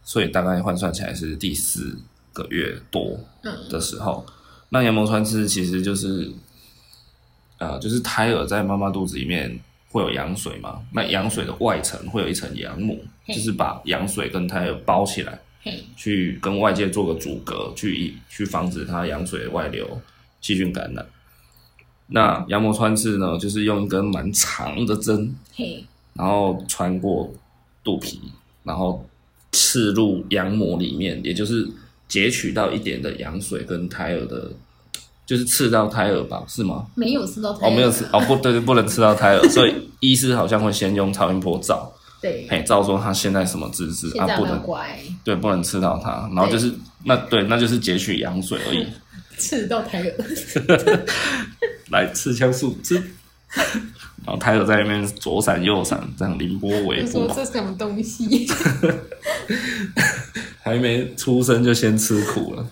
Speaker 1: 所以大概换算起来是第四个月多
Speaker 2: 嗯，
Speaker 1: 的时候。那羊膜穿刺其实就是，呃，就是胎儿在妈妈肚子里面会有羊水嘛，那羊水的外层会有一层羊膜，
Speaker 2: 嘿
Speaker 1: 就是把羊水跟胎儿包起来。
Speaker 2: 嘿，
Speaker 1: 去跟外界做个阻隔，去以去防止它羊水外流、细菌感染。那羊膜穿刺呢，就是用一根蛮长的针，
Speaker 2: 嘿，
Speaker 1: 然后穿过肚皮，然后刺入羊膜里面，也就是截取到一点的羊水跟胎儿的，就是刺到胎儿吧？是吗？
Speaker 2: 没有吃到胎
Speaker 1: 哦，
Speaker 2: 儿
Speaker 1: 没有刺哦，不对，不能刺到胎 儿，所以医师好像会先用超音波照，
Speaker 2: 对，
Speaker 1: 嘿，照说他现在什么姿势
Speaker 2: 现
Speaker 1: 啊
Speaker 2: 在，有
Speaker 1: 不
Speaker 2: 没有
Speaker 1: 能
Speaker 2: 乖，
Speaker 1: 对，不能吃到它。然后就是那对，那就是截取羊水而已，
Speaker 2: 吃到胎儿，
Speaker 1: 来吃香素吃。 然后胎儿在那边左闪右闪，这样凌波微
Speaker 2: 就
Speaker 1: 步
Speaker 2: 说，这什么东西，
Speaker 1: 还没出生就先吃苦了。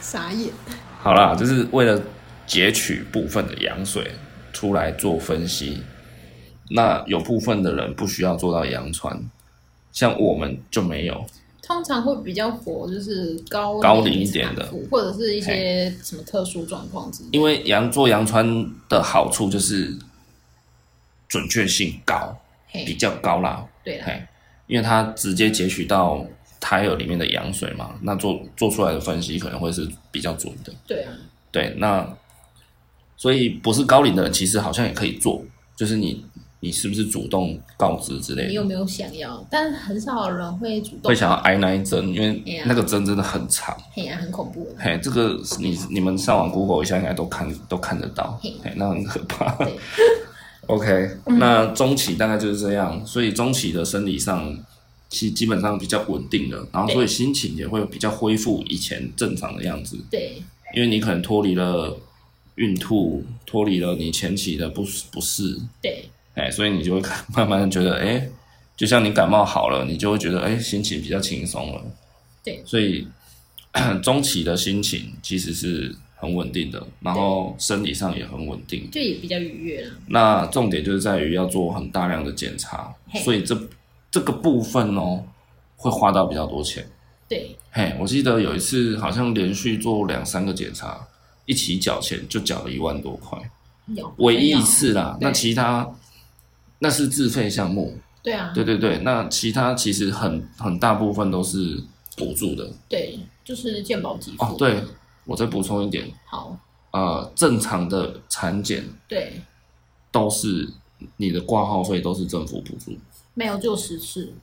Speaker 2: 傻眼。
Speaker 1: 好啦，就是为了截取部分的羊水出来做分析。那有部分的人不需要做到羊穿，像我们就没有。
Speaker 2: 通常会比较活，就是高
Speaker 1: 高龄一点的
Speaker 2: 产妇，或者是一些什么特殊状况之类的。
Speaker 1: 因为羊做羊穿的好处就是准确性高，比
Speaker 2: 嘿，
Speaker 1: 较高啦，
Speaker 2: 对啦，
Speaker 1: 嘿，因为它直接截取到胎儿里面的羊水嘛，那做做出来的分析可能会是比较准的。
Speaker 2: 对啊，
Speaker 1: 对，那所以不是高龄的人，其实好像也可以做，就是你你是不是主动告知之类
Speaker 2: 你有
Speaker 1: 的，
Speaker 2: 没有想要？但很少有人会主动
Speaker 1: 会，想要挨那一针，因
Speaker 2: 哎
Speaker 1: 为
Speaker 2: 呀
Speaker 1: 那个针真的很长。
Speaker 2: 嘿啊，很恐怖 的。
Speaker 1: 嘿，这个你你们上网 Google 一下，应该都看都看得到，
Speaker 2: 嘿嗯
Speaker 1: 嘿，那很可怕。
Speaker 2: 对，
Speaker 1: OK，、那中期大概就是这样，所以中期的生理上基基本上比较稳定了，然后
Speaker 2: 对
Speaker 1: 所以心情也会比较恢复以前正常的样子，
Speaker 2: 对，
Speaker 1: 因为你可能脱离了孕吐，脱离了你前期的不不适，
Speaker 2: 对，
Speaker 1: 哎，所以你就会看 慢慢的觉得，哎，就像你感冒好了，你就会觉得，哎，心情比较轻松了，
Speaker 2: 对
Speaker 1: 所以 中期的心情其实是很稳定的，然后生理上也很稳定。
Speaker 2: 就也比较愉悦啦。
Speaker 1: 那重点就是在于要做很大量的检查
Speaker 2: 嘿，
Speaker 1: 所以这这个部分哦，会花到比较多钱。
Speaker 2: 对，
Speaker 1: 嘿，我记得有一次好像连续做两三个检查，一起缴钱就缴了一万多块，
Speaker 2: 有
Speaker 1: 唯一一
Speaker 2: 有
Speaker 1: 次啦。
Speaker 2: 哦对
Speaker 1: 那其他那是自费项目，
Speaker 2: 对啊，
Speaker 1: 对对对。那其他其实很很大部分都是补助的
Speaker 2: 对，就是健保给付。
Speaker 1: 哦。对，我再补充一点，
Speaker 2: 好，
Speaker 1: 呃，正常的产检
Speaker 2: 对，
Speaker 1: 都是你的挂号费都是政府补助。
Speaker 2: 没有，就十次。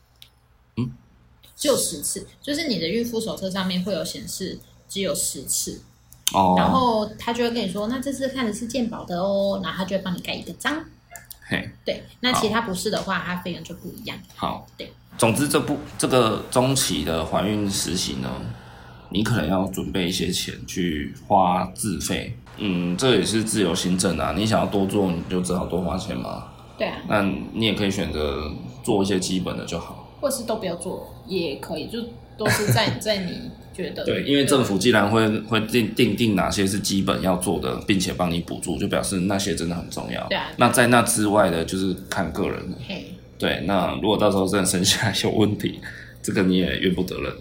Speaker 1: 嗯，
Speaker 2: 只有十次，就是你的孕妇手册上面会有显示只有十次。
Speaker 1: 哦，
Speaker 2: 然后他就会跟你说，那这次看的是鉴宝的哦，然后他就会帮你盖一个章。
Speaker 1: 嘿，
Speaker 2: 对，那其他不是的话，它费用就不一样。
Speaker 1: 好，
Speaker 2: 对。
Speaker 1: 总之，这部这个中期的怀孕实习呢，你可能要准备一些钱去花自费。嗯，这也是自由行政啊，你想要多做，你就只好多花钱嘛。
Speaker 2: 对啊，
Speaker 1: 那你也可以选择做一些基本的就好。
Speaker 2: 或是都不要做也可以，就都是在在你觉得
Speaker 1: 对，因为政府既然会会定定定哪些是基本要做的，并且帮你补助，就表示那些真的很重要。
Speaker 2: 对啊
Speaker 1: 那在那之外的，就是看个人了。
Speaker 2: 嘿，
Speaker 1: 对，那如果到时候真的生下来有问题，这个你也越不得人。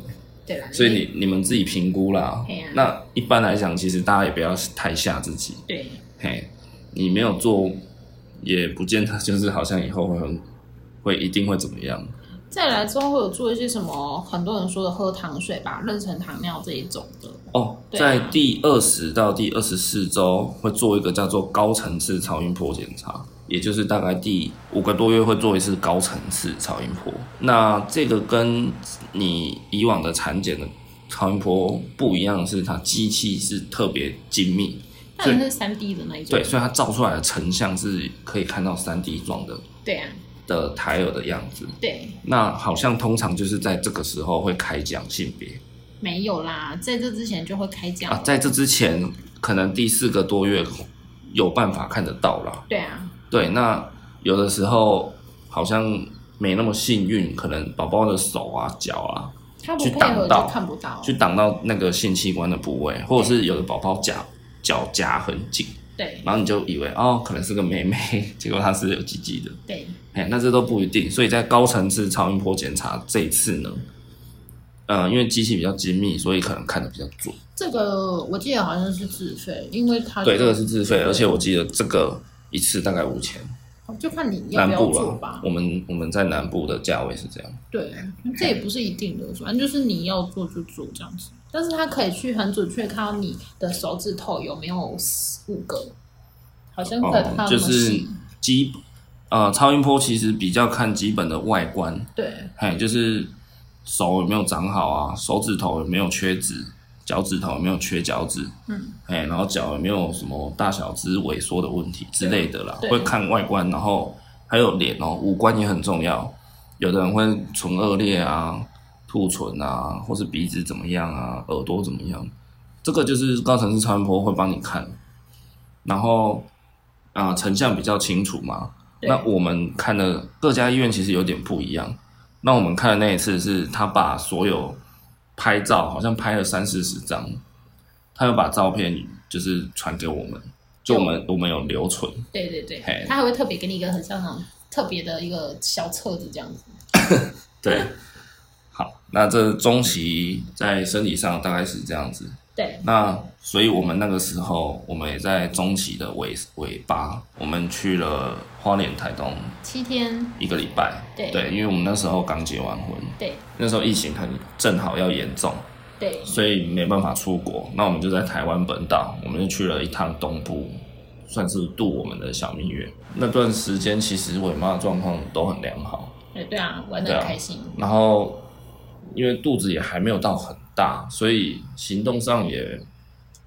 Speaker 2: 对啦，
Speaker 1: 所以你你们自己评估啦
Speaker 2: 嘿啊。
Speaker 1: 那一般来讲，其实大家也不要太吓自己。
Speaker 2: 对
Speaker 1: 嘿，你没有做，也不见得就是好像以后会很会一定会怎么样。
Speaker 2: 再来之后会有做一些什么，很多人说的喝糖水吧，妊娠糖尿这一种的，
Speaker 1: 哦，
Speaker 2: 对啊
Speaker 1: 在第二十到第二十四周会做一个叫做高层次超音波检查，也就是大概第五个多月会做一次高层次超音波。那这个跟你以往的产检的超音波不一样的是，它机器是特别精密，
Speaker 2: 当然是三 D 的那一种，
Speaker 1: 对，所以它照出来的成像是可以看到三 D 状的
Speaker 2: 对啊，
Speaker 1: 的胎儿的样子。
Speaker 2: 对，
Speaker 1: 那好像通常就是在这个时候会开奖性别。
Speaker 2: 没有啦，在这之前就会开奖，
Speaker 1: 啊，在这之前可能第四个多月有办法看得到啦。
Speaker 2: 对啊，
Speaker 1: 对，那有的时候好像没那么幸运，可能宝宝的手啊、脚啊
Speaker 2: 他不
Speaker 1: 去
Speaker 2: 配
Speaker 1: 挡
Speaker 2: 合就
Speaker 1: 到
Speaker 2: 看不到，
Speaker 1: 去挡到那个性器官的部位，或者是有的宝宝夹脚夹很紧，
Speaker 2: 对
Speaker 1: 然后你就以为哦可能是个妹妹， 结果她是有鸡鸡的，
Speaker 2: 对，
Speaker 1: 哎，那这都不一定。所以在高层次超音波检查这一次呢，呃，因为机器比较精密，所以可能看得比较准。
Speaker 2: 这个我记得好像是自费，因为他
Speaker 1: 对，这个是自费，而且我记得这个一次大概五千，
Speaker 2: 就看你要
Speaker 1: 南
Speaker 2: 不要
Speaker 1: 部
Speaker 2: 做
Speaker 1: 啦
Speaker 2: 吧，
Speaker 1: 我，们我们在南部的价位是这样，
Speaker 2: 对，这也不是一定的，反正就是你要做就做这样子。但是他可以去很准确看到你的手指头有没有四五个，好像可以看到
Speaker 1: 哦就
Speaker 2: 那么
Speaker 1: 是
Speaker 2: 细。
Speaker 1: 基呃超音波其实比较看基本的外观，
Speaker 2: 对
Speaker 1: 嘿，就是手有没有长好啊，手指头有没有缺指，脚趾头有没有缺脚趾，
Speaker 2: 嗯，
Speaker 1: 嘿，哎然后脚有没有什么大小指萎缩的问题之类的啦，
Speaker 2: 对
Speaker 1: 会看外观，然后还有脸哦，五官也很重要。有的人会唇腭裂啊、兔唇啊，或是鼻子怎么样啊、耳朵怎么样，这个就是高层次超音波会帮你看，然后啊、成像比较清楚嘛。
Speaker 2: 对
Speaker 1: 那我们看的各家医院其实有点不一样。那我们看的那一次是他把所有拍照，好像拍了三四十张，他又把照片就是传给我们，就我们我们有留存，
Speaker 2: 对对对
Speaker 1: 嘿，
Speaker 2: 他还会特别给你一个很像那种特别的一个小册子这样子。
Speaker 1: 对。好，那这中期在身体上大概是这样子。
Speaker 2: 对
Speaker 1: 那所以我们那个时候，我们也在中期的尾尾巴，我们去了花莲、台东
Speaker 2: 七天，
Speaker 1: 一个礼拜。
Speaker 2: 对
Speaker 1: 因为我们那时候刚结完婚，
Speaker 2: 对
Speaker 1: 那时候疫情很正好要严重，
Speaker 2: 对
Speaker 1: 所以没办法出国。那我们就在台湾本岛，我们就去了一趟东部，算是度我们的小蜜月。那段时间其实我妈的状况都很良好，
Speaker 2: 对对啊，玩的
Speaker 1: 对
Speaker 2: 很
Speaker 1: 啊
Speaker 2: 开心。
Speaker 1: 然后因为肚子也还没有到很大，所以行动上也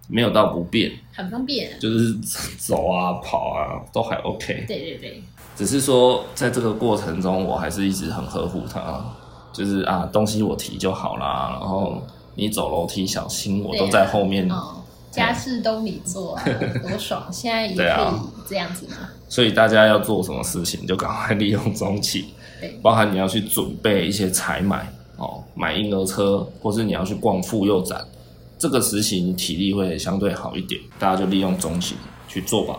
Speaker 1: 没有到不便，
Speaker 2: 很方便，
Speaker 1: 就是走啊、跑啊都还 OK。
Speaker 2: 对对对，
Speaker 1: 只是说在这个过程中，我还是一直很呵护她，就是啊东西我提就好啦，然后你走楼梯小心，我都
Speaker 2: 对啊
Speaker 1: 在后面。
Speaker 2: 哦，家事都你做、啊，多爽！现在也可
Speaker 1: 对啊
Speaker 2: 以这样子嘛，
Speaker 1: 所以大家要做什么事情，就赶快利用中期，
Speaker 2: 对
Speaker 1: 包含你要去准备一些采买哦，买婴儿车，或是你要去逛妇幼展，这个时期你体力会相对好一点，大家就利用中期去做吧。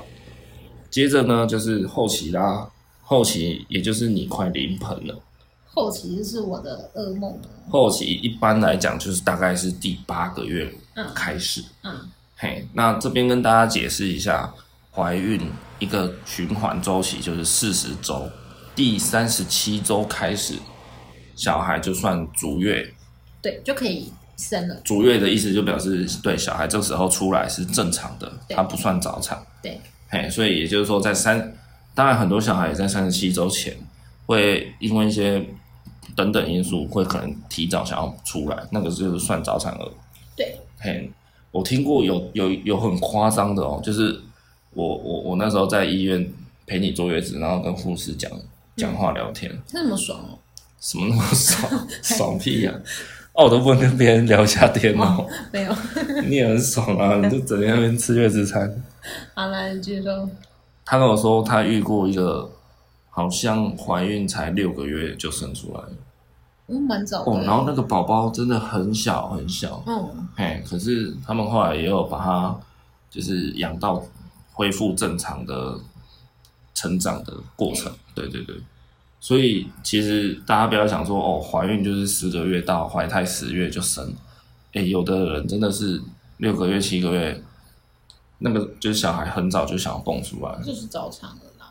Speaker 1: 接着呢，就是后期啦，后期也就是你快临盆了，
Speaker 2: 后期就是我的噩梦。
Speaker 1: 后期一般来讲就是大概是第八个月
Speaker 2: 嗯
Speaker 1: 开始，
Speaker 2: 嗯，
Speaker 1: 嘿，那这边跟大家解释一下，怀孕一个循环周期就是四十周，第三十七周开始，小孩就算足月。
Speaker 2: 对，就可以生了。
Speaker 1: 足月的意思就表示对小孩这时候出来是正常的，
Speaker 2: 对
Speaker 1: 它不算早产。
Speaker 2: 对
Speaker 1: 嘿，所以也就是说，在三，当然很多小孩也在三十七周前会因为一些等等因素，会可能提早想要出来，那个就是算早产儿。
Speaker 2: 对
Speaker 1: 嘿，我听过有有有很夸张的哦，就是我我我那时候在医院陪你坐月子，然后跟护士讲讲话聊天，
Speaker 2: 这么爽哦！
Speaker 1: 什么那么 爽爽屁呀、哦，我都不能跟别人聊一下天哦，
Speaker 2: 没有，
Speaker 1: 你也很爽啊，你就整天在那边吃月子餐。
Speaker 2: 好啦，你继续说。
Speaker 1: 他跟我说他遇过一个好像怀孕才六个月就生出来了
Speaker 2: 嗯，蛮早的。
Speaker 1: 哦，然后那个宝宝真的很小很小，
Speaker 2: 嗯，
Speaker 1: 嘿，可是他们后来也有把它就是养到恢复正常的成长的过程，对对对。所以其实大家不要想说哦，怀孕就是十个月到怀胎十月就生，诶，有的人真的是六个月七个月，那个就是小孩很早就想要蹦出来。
Speaker 2: 就是早产了啦。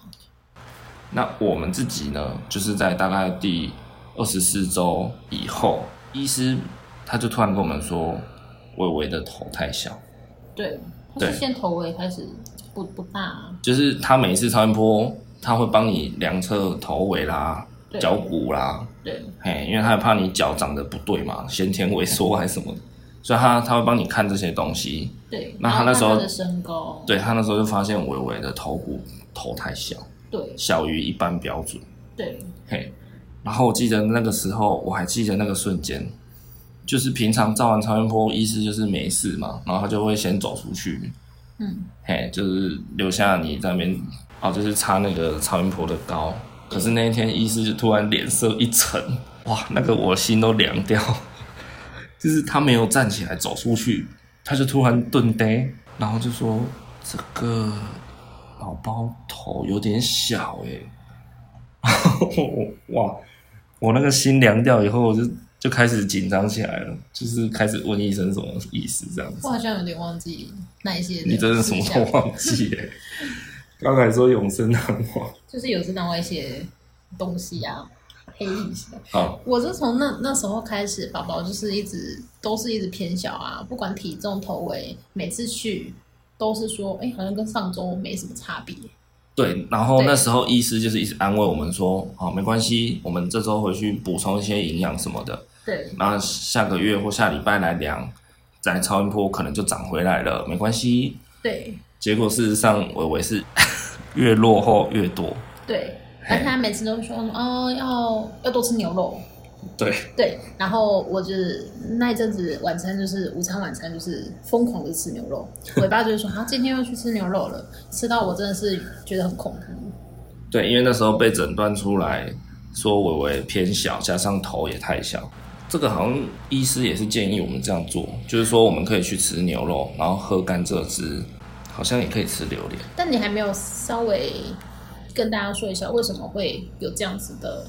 Speaker 1: 那我们自己呢，就是在大概第二十四周以后，医师他就突然跟我们说，微微的头太小，
Speaker 2: 对，它
Speaker 1: 对
Speaker 2: 是先头围开始不不大、啊，
Speaker 1: 就是他每一次超音波，他会帮你量测头围啦、
Speaker 2: 对
Speaker 1: 脚骨啦，
Speaker 2: 对，
Speaker 1: 嘿，因为他也怕你脚长得不对嘛，先天萎缩啊还是什么的，所以他他会帮你看这些东西。
Speaker 2: 对。
Speaker 1: 那
Speaker 2: 然
Speaker 1: 他
Speaker 2: 后
Speaker 1: 那时候
Speaker 2: 看它的身高，
Speaker 1: 对他那时候就发现微微的头骨头太小，
Speaker 2: 对
Speaker 1: 小于一般标准。
Speaker 2: 对，
Speaker 1: 嘿，然后我记得那个时候，我还记得那个瞬间，就是平常照完超音波，医师就是没事嘛，然后他就会先走出去，
Speaker 2: 嗯，
Speaker 1: 嘿，就是留下你在那边，哦，就是擦那个超音波的膏。可是那一天，医师就突然脸色一沉，哇，那个我心都凉掉，就是他没有站起来走出去，他就突然顿呆，然后就说这个宝宝头有点小诶、 哇，我那个心凉掉以后，我就就开始紧张起来了，就是开始问医生什么意思这样子
Speaker 2: 我。好像有点忘记那一些。
Speaker 1: 你真的什么都忘记耶、刚才说永生难忘，
Speaker 2: 就是有知道一些东西啊，黑历史。
Speaker 1: 好，
Speaker 2: 我是从那那时候开始，宝宝就是一直都是一直偏小啊，不管体重、头围，每次去都是说，哎、好像跟上周没什么差别。
Speaker 1: 对，然后
Speaker 2: 对
Speaker 1: 那时候医师就是一直安慰我们说，好，没关系，我们这周回去补充一些营养什么的，
Speaker 2: 对
Speaker 1: 然后下个月或下礼拜来量，在超音波可能就长回来了，没关系。
Speaker 2: 对
Speaker 1: 结果事实上，伟伟是 越落后越多，
Speaker 2: 对，
Speaker 1: 嘿
Speaker 2: 而且他每次都说，哦，要要多吃牛肉。
Speaker 1: 对，
Speaker 2: 对，然后我就是那一阵子晚餐就是午餐晚餐就是疯狂的吃牛肉，我爸就是说，啊，今天又去吃牛肉了，吃到我真的是觉得很恐怖。
Speaker 1: 对，因为那时候被诊断出来说伟伟偏小，加上头也太小，这个好像医师也是建议我们这样做，就是说我们可以去吃牛肉，然后喝甘蔗汁，好像也可以吃榴莲。
Speaker 2: 但你还没有稍微跟大家说一下为什么会有这样子的，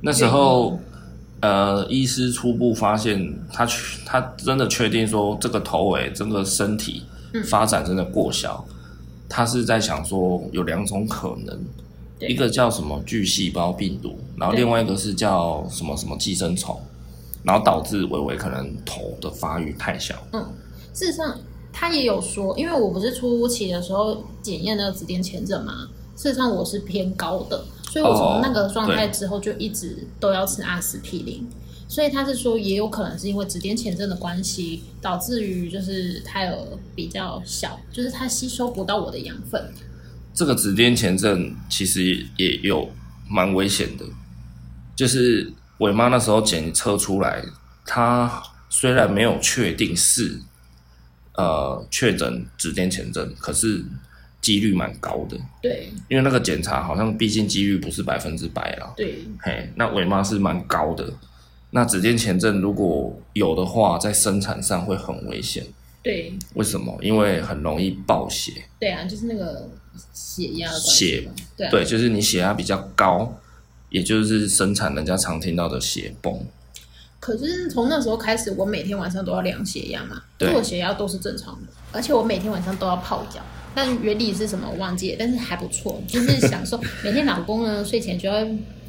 Speaker 1: 那时候，呃，医师初步发现他确他真的确定说这个头尾这个身体
Speaker 2: 嗯
Speaker 1: 发展真的过小，他是在想说有两种可能，
Speaker 2: 对
Speaker 1: 一个叫什么巨细胞病毒，然后
Speaker 2: 对
Speaker 1: 另外一个是叫什么什么寄生虫，然后导致伟伟可能头的发育太小。
Speaker 2: 嗯，事实上他也有说，因为我不是初期的时候检验那个指定签证嘛，事实上我是偏高的，所以我从那个状态之后就一直都要吃阿司匹林。所以他是说，也有可能是因为指定签证的关系，导致于就是胎儿比较小，就是它吸收不到我的养分。
Speaker 1: 这个紫癜前症其实也有蛮危险的，就是伟妈那时候检测出来，她虽然没有确定是呃确诊紫癜前症，可是几率蛮高的，
Speaker 2: 对
Speaker 1: 因为那个检查好像毕竟几率不是百分之百啦。
Speaker 2: 对，
Speaker 1: 嘿，那尾妈是蛮高的，那紫癜前症如果有的话，在生产上会很危险。
Speaker 2: 对
Speaker 1: 为什么？因为很容易爆血。
Speaker 2: 对啊，就是那个血压的关系
Speaker 1: 血
Speaker 2: 嘛。对啊
Speaker 1: 对，就是你血压比较高，也就是生产人家常听到的血崩。
Speaker 2: 可是从那时候开始，我每天晚上都要量血压嘛，
Speaker 1: 对
Speaker 2: 所以我血压都是正常的，而且我每天晚上都要泡脚。但原理是什么我忘记了，但是还不错，就是享受每天老公呢睡前就要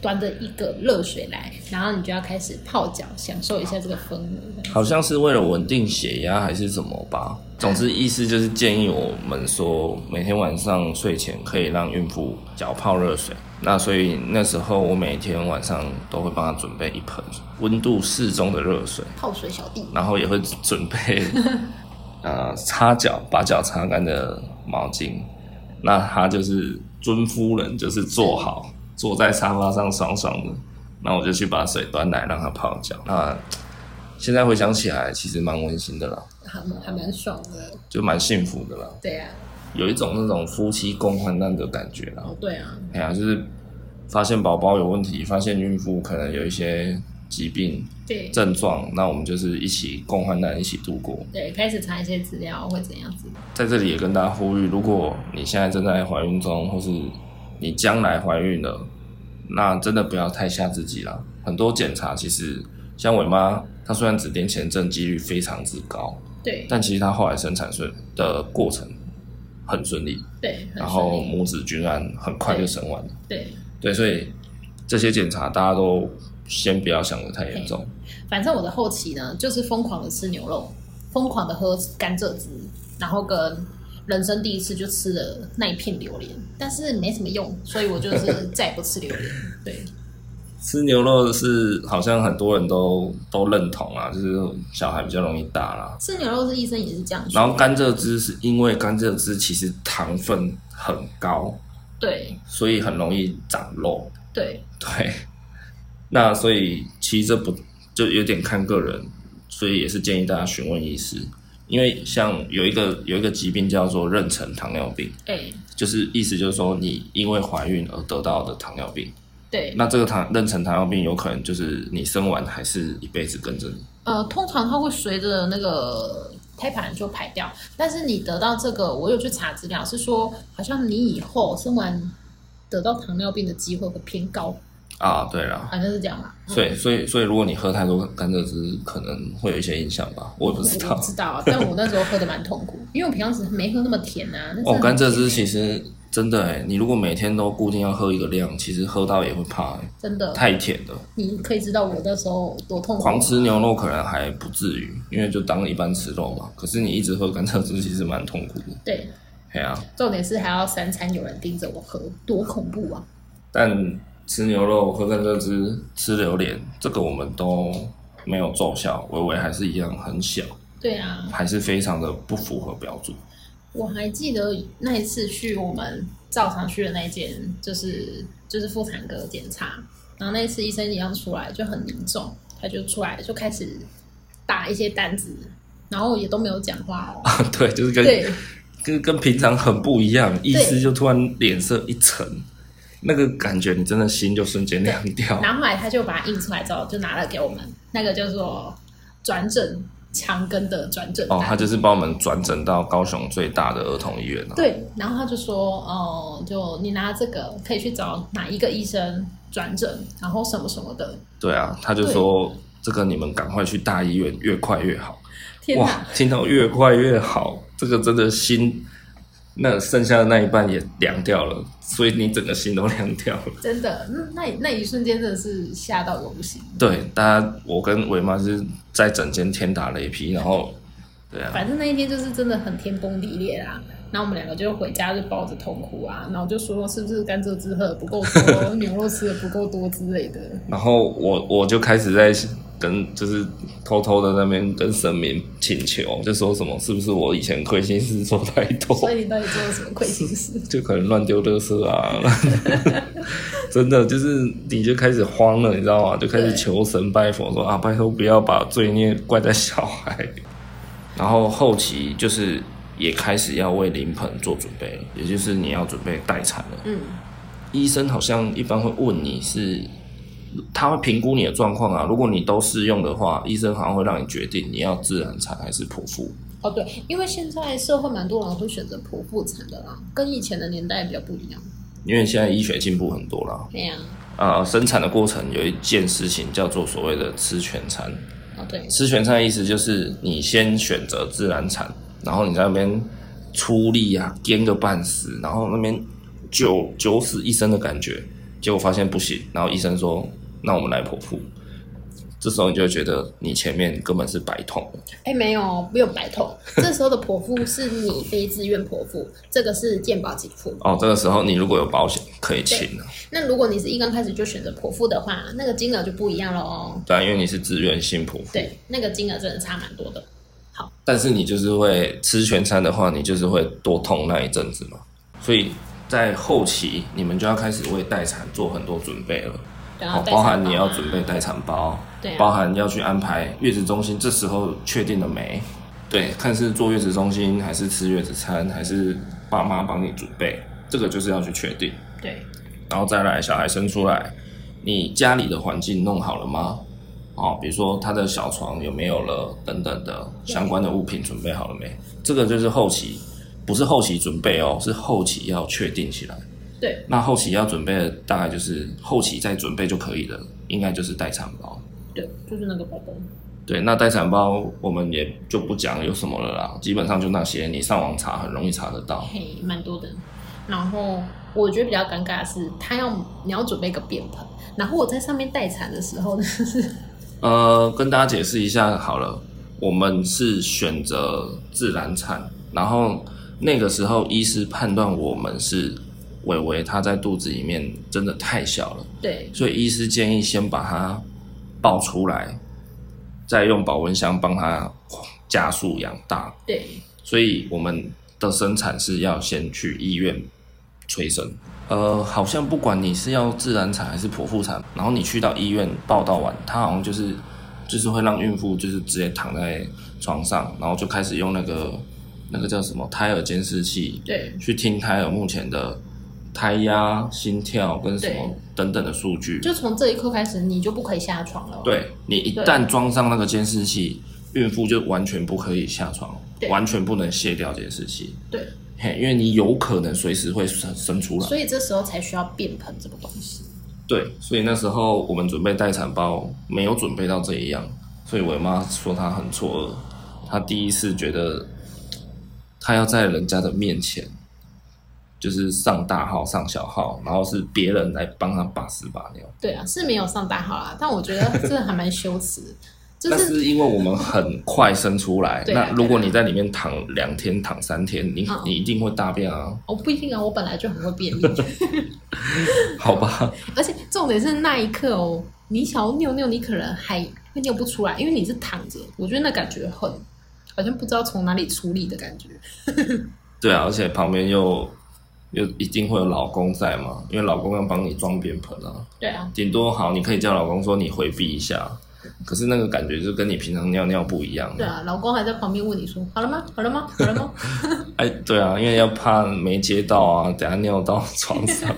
Speaker 2: 端着一个热水来，然后你就要开始泡脚，享受一下这个氛围。
Speaker 1: 好像是为了稳定血压还是什么吧。总之，意思就是建议我们说，每天晚上睡前可以让孕妇脚泡热水。那所以那时候我每天晚上都会帮她准备一盆温度适中的热水，
Speaker 2: 泡水小弟，
Speaker 1: 然后也会准备呃擦脚，把脚擦干的毛巾。那她就是尊夫人，就是坐好，坐在沙发上爽爽的。那我就去把水端来让她泡脚。那现在回想起来，其实蛮温馨的啦，
Speaker 2: 还蛮还蛮爽的。
Speaker 1: 就蛮幸福的啦，
Speaker 2: 对啊呀、
Speaker 1: 有一种那种夫妻共患难的感觉啦
Speaker 2: 啊，。哦对啊，
Speaker 1: 哎呀，就是发现宝宝有问题，发现孕妇可能有一些疾病
Speaker 2: 对
Speaker 1: 症状，那我们就是一起共患难，一起度过。
Speaker 2: 对，开始查一些资料会怎样子？
Speaker 1: 在这里也跟大家呼吁，如果你现在正在怀孕中，或是你将来怀孕了，那真的不要太吓自己啦。很多检查其实，像我妈，她虽然子痫前症几率非常之高，
Speaker 2: 对
Speaker 1: 但其实她后来生产顺的过程很顺利，
Speaker 2: 对，很
Speaker 1: 然后
Speaker 2: 顺利
Speaker 1: 母子均安，很快就生完了。
Speaker 2: 对，
Speaker 1: 对，所以这些检查大家都先不要想的太严重。
Speaker 2: 反正我的后期呢，就是疯狂的吃牛肉，疯狂的喝甘蔗汁，然后跟人生第一次就吃了那一片榴莲，但是没什么用，所以我就是再也不吃榴 莲。对
Speaker 1: 吃牛肉是好像很多人都都认同啊，就是小孩比较容易大啦。
Speaker 2: 吃牛肉是医生也是这样
Speaker 1: 然
Speaker 2: 说，
Speaker 1: 后甘蔗汁是因为甘蔗汁其实糖分很高，
Speaker 2: 对
Speaker 1: 所以很容易长肉。
Speaker 2: 对
Speaker 1: 对，那所以其实这不就有点看个人，所以也是建议大家询问医师，因为像有一个有一个疾病叫做妊娠糖尿病。
Speaker 2: 哎、
Speaker 1: 就是意思就是说，你因为怀孕而得到的糖尿病，
Speaker 2: 对，
Speaker 1: 那这个糖妊娠糖尿病有可能就是你生完还是一辈子跟着你。
Speaker 2: 呃，通常它会随着那个胎盘就排掉，但是你得到这个，我有去查资料，是说好像你以后生完得到糖尿病的机会会偏高，
Speaker 1: 啊，对了，
Speaker 2: 好像是这样吧？嗯
Speaker 1: 所以所以所以，如果你喝太多甘蔗汁，可能会有一些影响吧，我也不知
Speaker 2: 我
Speaker 1: 道
Speaker 2: 不。知道啊，但我那时候喝的蛮痛苦，因为我平常时没喝那么甜啊。那真的
Speaker 1: 哦，
Speaker 2: 很
Speaker 1: 甘蔗
Speaker 2: 甜
Speaker 1: 汁其实真的哎，你如果每天都固定要喝一个量，其实喝到也会怕哎，
Speaker 2: 真的，
Speaker 1: 太甜了。
Speaker 2: 你可以知道我那时候多痛苦。
Speaker 1: 狂吃牛肉可能还不至于，因为就当一般吃肉嘛。可是你一直喝甘蔗汁，其实蛮痛苦的。
Speaker 2: 对，
Speaker 1: 哎呀、
Speaker 2: 重点是还要三餐有人盯着我喝，多恐怖啊！
Speaker 1: 但吃牛肉、喝甘蔗汁、吃榴莲，这个我们都没有奏效，微微还是一样很小，
Speaker 2: 对啊，
Speaker 1: 还是非常的不符合标准。
Speaker 2: 我还记得那一次去我们照常去的那间，就是就是妇产科检查，然后那一次医生一样出来就很凝重，他就出来就开始打一些单子，然后也都没有讲话哦。
Speaker 1: 对，就是跟
Speaker 2: 对，
Speaker 1: 跟跟平常很不一样，医师就突然脸色一沉，那个感觉你真的心就瞬间凉掉。
Speaker 2: 然后后来他就把它印出来之后，就拿了给我们，那个叫做转诊强根的转诊单。
Speaker 1: 哦，他就是帮我们转诊到高雄最大的儿童医院了。啊
Speaker 2: 对，然后他就说，哦、就你拿这个可以去找哪一个医生转诊，然后什么什么的。
Speaker 1: 对啊，他就说这个你们赶快去大医院，越快越好。
Speaker 2: 天
Speaker 1: 哇
Speaker 2: 哪，，
Speaker 1: 听到越快越好，这个真的心，那剩下的那一半也凉掉了，所以你整个心都凉掉了。
Speaker 2: 真的，嗯那那一瞬间真的是吓到我不行。
Speaker 1: 对，大家，我跟伟妈是在整间天打雷劈，然后，对啊，
Speaker 2: 反正那一天就是真的很天崩地裂啦。然后我们两个就回家就抱着痛哭啊，然后就说是不是甘蔗汁喝的不够多， 牛肉吃的不够多之类的。
Speaker 1: 然后我我就开始在跟就是偷偷的那边跟神明请求，就说什么是不是我以前亏心事做太多
Speaker 2: 所，以你到底做了什么亏心事？
Speaker 1: 就可能乱丢垃圾啊， 真的就是你就开始慌了，你知道吗？就开始
Speaker 2: 对
Speaker 1: 求神拜佛说啊，拜托不要把罪孽怪在小孩。然后后期就是也开始要为临盆做准备了，也就是你要准备待产了。
Speaker 2: 嗯，
Speaker 1: 医生好像一般会问你是，他会评估你的状况啊。如果你都适用的话，医生好像会让你决定你要自然产还是剖腹。
Speaker 2: 哦，对，因为现在社会蛮多人会选择剖腹产的啦，跟以前的年代比较不一样。
Speaker 1: 因为现在医学进步很多啦，
Speaker 2: 对呀、
Speaker 1: 呃，生产的过程有一件事情叫做所谓的吃全餐。
Speaker 2: 哦对，
Speaker 1: 吃全餐的意思就是你先选择自然产，然后你在那边出力啊，颠个半死，然后那边九九死一生的感觉，结果发现不行，然后医生说，那我们来剖腹。这时候你就会觉得你前面根本是白痛了，
Speaker 2: 哎没有没有 白痛，这时候的剖腹是你非自愿剖腹，这个是健保给付。
Speaker 1: 哦，这个时候你如果有保险可以请了，
Speaker 2: 那如果你是一刚开始就选择剖腹的话，那个金额就不一样了哦。
Speaker 1: 对啊，因为你是自愿性剖腹。
Speaker 2: 对，那个金额真的差蛮多的。好，
Speaker 1: 但是你就是会吃全餐的话，你就是会多痛那一阵子嘛。所以在后期，你们就要开始为待产做很多准备了，
Speaker 2: 然
Speaker 1: 好，
Speaker 2: 后带
Speaker 1: 哦包含
Speaker 2: 上
Speaker 1: 你
Speaker 2: 班
Speaker 1: 要
Speaker 2: 啊
Speaker 1: 准备待产包，
Speaker 2: 对啊
Speaker 1: 包含要去安排月子中心，这时候确定了没？对，看是坐月子中心，还是吃月子餐，还是爸妈帮你准备，这个就是要去确定。
Speaker 2: 对
Speaker 1: 然后再来小孩生出来，你家里的环境弄好了吗？哦，比如说他的小床有没有了，等等的相关的物品准备好了没？这个就是后期，不是后期准备哦，是后期要确定起来。
Speaker 2: 对
Speaker 1: 那后期要准备的大概就是后期再准备就可以了，应该就是待产包。
Speaker 2: 对，就是那个包包。
Speaker 1: 对，那待产包我们也就不讲有什么了啦，基本上就那些，你上网查很容易查得到。
Speaker 2: 嘿，蛮多的。然后我觉得比较尴尬的是，他要你要准备一个便盆，然后我在上面待产的时候呢， 是
Speaker 1: 呃，跟大家解释一下好了，我们是选择自然产，然后那个时候医师判断我们是伟伟他在肚子里面真的太小了，
Speaker 2: 对
Speaker 1: 所以医师建议先把它抱出来，再用保温箱帮他加速养大。
Speaker 2: 对
Speaker 1: 所以我们的生产是要先去医院催生。呃，好像不管你是要自然产还是剖腹产，然后你去到医院报道完，他好像就是就是会让孕妇就是直接躺在床上，然后就开始用那个那个叫什么胎儿监视器
Speaker 2: 对，
Speaker 1: 去听胎儿目前的胎压、心跳跟什么
Speaker 2: 对
Speaker 1: 等等的数据。
Speaker 2: 就从这一刻开始，你就不可以下床了。
Speaker 1: 对你一
Speaker 2: 对
Speaker 1: 旦装上那个监视器，孕妇就完全不可以下床，
Speaker 2: 对
Speaker 1: 完全不能卸掉监视器。
Speaker 2: 对，
Speaker 1: 嘿，因为你有可能随时会生生出来。
Speaker 2: 所以这时候才需要便盆这个东西。
Speaker 1: 对，所以那时候我们准备待产包，没有准备到这一样，所以我妈说她很错愕，她第一次觉得她要在人家的面前，就是上大号上小号，然后是别人来帮她把屎把尿。
Speaker 2: 对啊，是没有上大号啦，但我觉得这还蛮 羞耻的，就
Speaker 1: 但
Speaker 2: 是
Speaker 1: 是因为我们很快生出来，
Speaker 2: 对啊
Speaker 1: 那如果你在里面躺两天、躺三天，你
Speaker 2: 嗯
Speaker 1: 你一定会大便啊，
Speaker 2: 我、不一定啊，我本来就很会便秘。
Speaker 1: 好吧？
Speaker 2: 而且重点是那一刻哦，你想要尿尿，你可能还会尿不出来，因为你是躺着。我觉得那感觉很，好像不知道从哪里处理的感觉。
Speaker 1: 对啊，而且旁边又又一定会有老公在嘛，因为老公要帮你装便盆啊。
Speaker 2: 对啊，
Speaker 1: 顶多好，你可以叫老公说你回避一下，可是那个感觉就跟你平常尿尿不一样。
Speaker 2: 对啊，老公还在旁边问你说：“好了吗？好了吗？好 了吗
Speaker 1: 哎，对啊，因为要怕没接到啊，等下尿到床 上。？”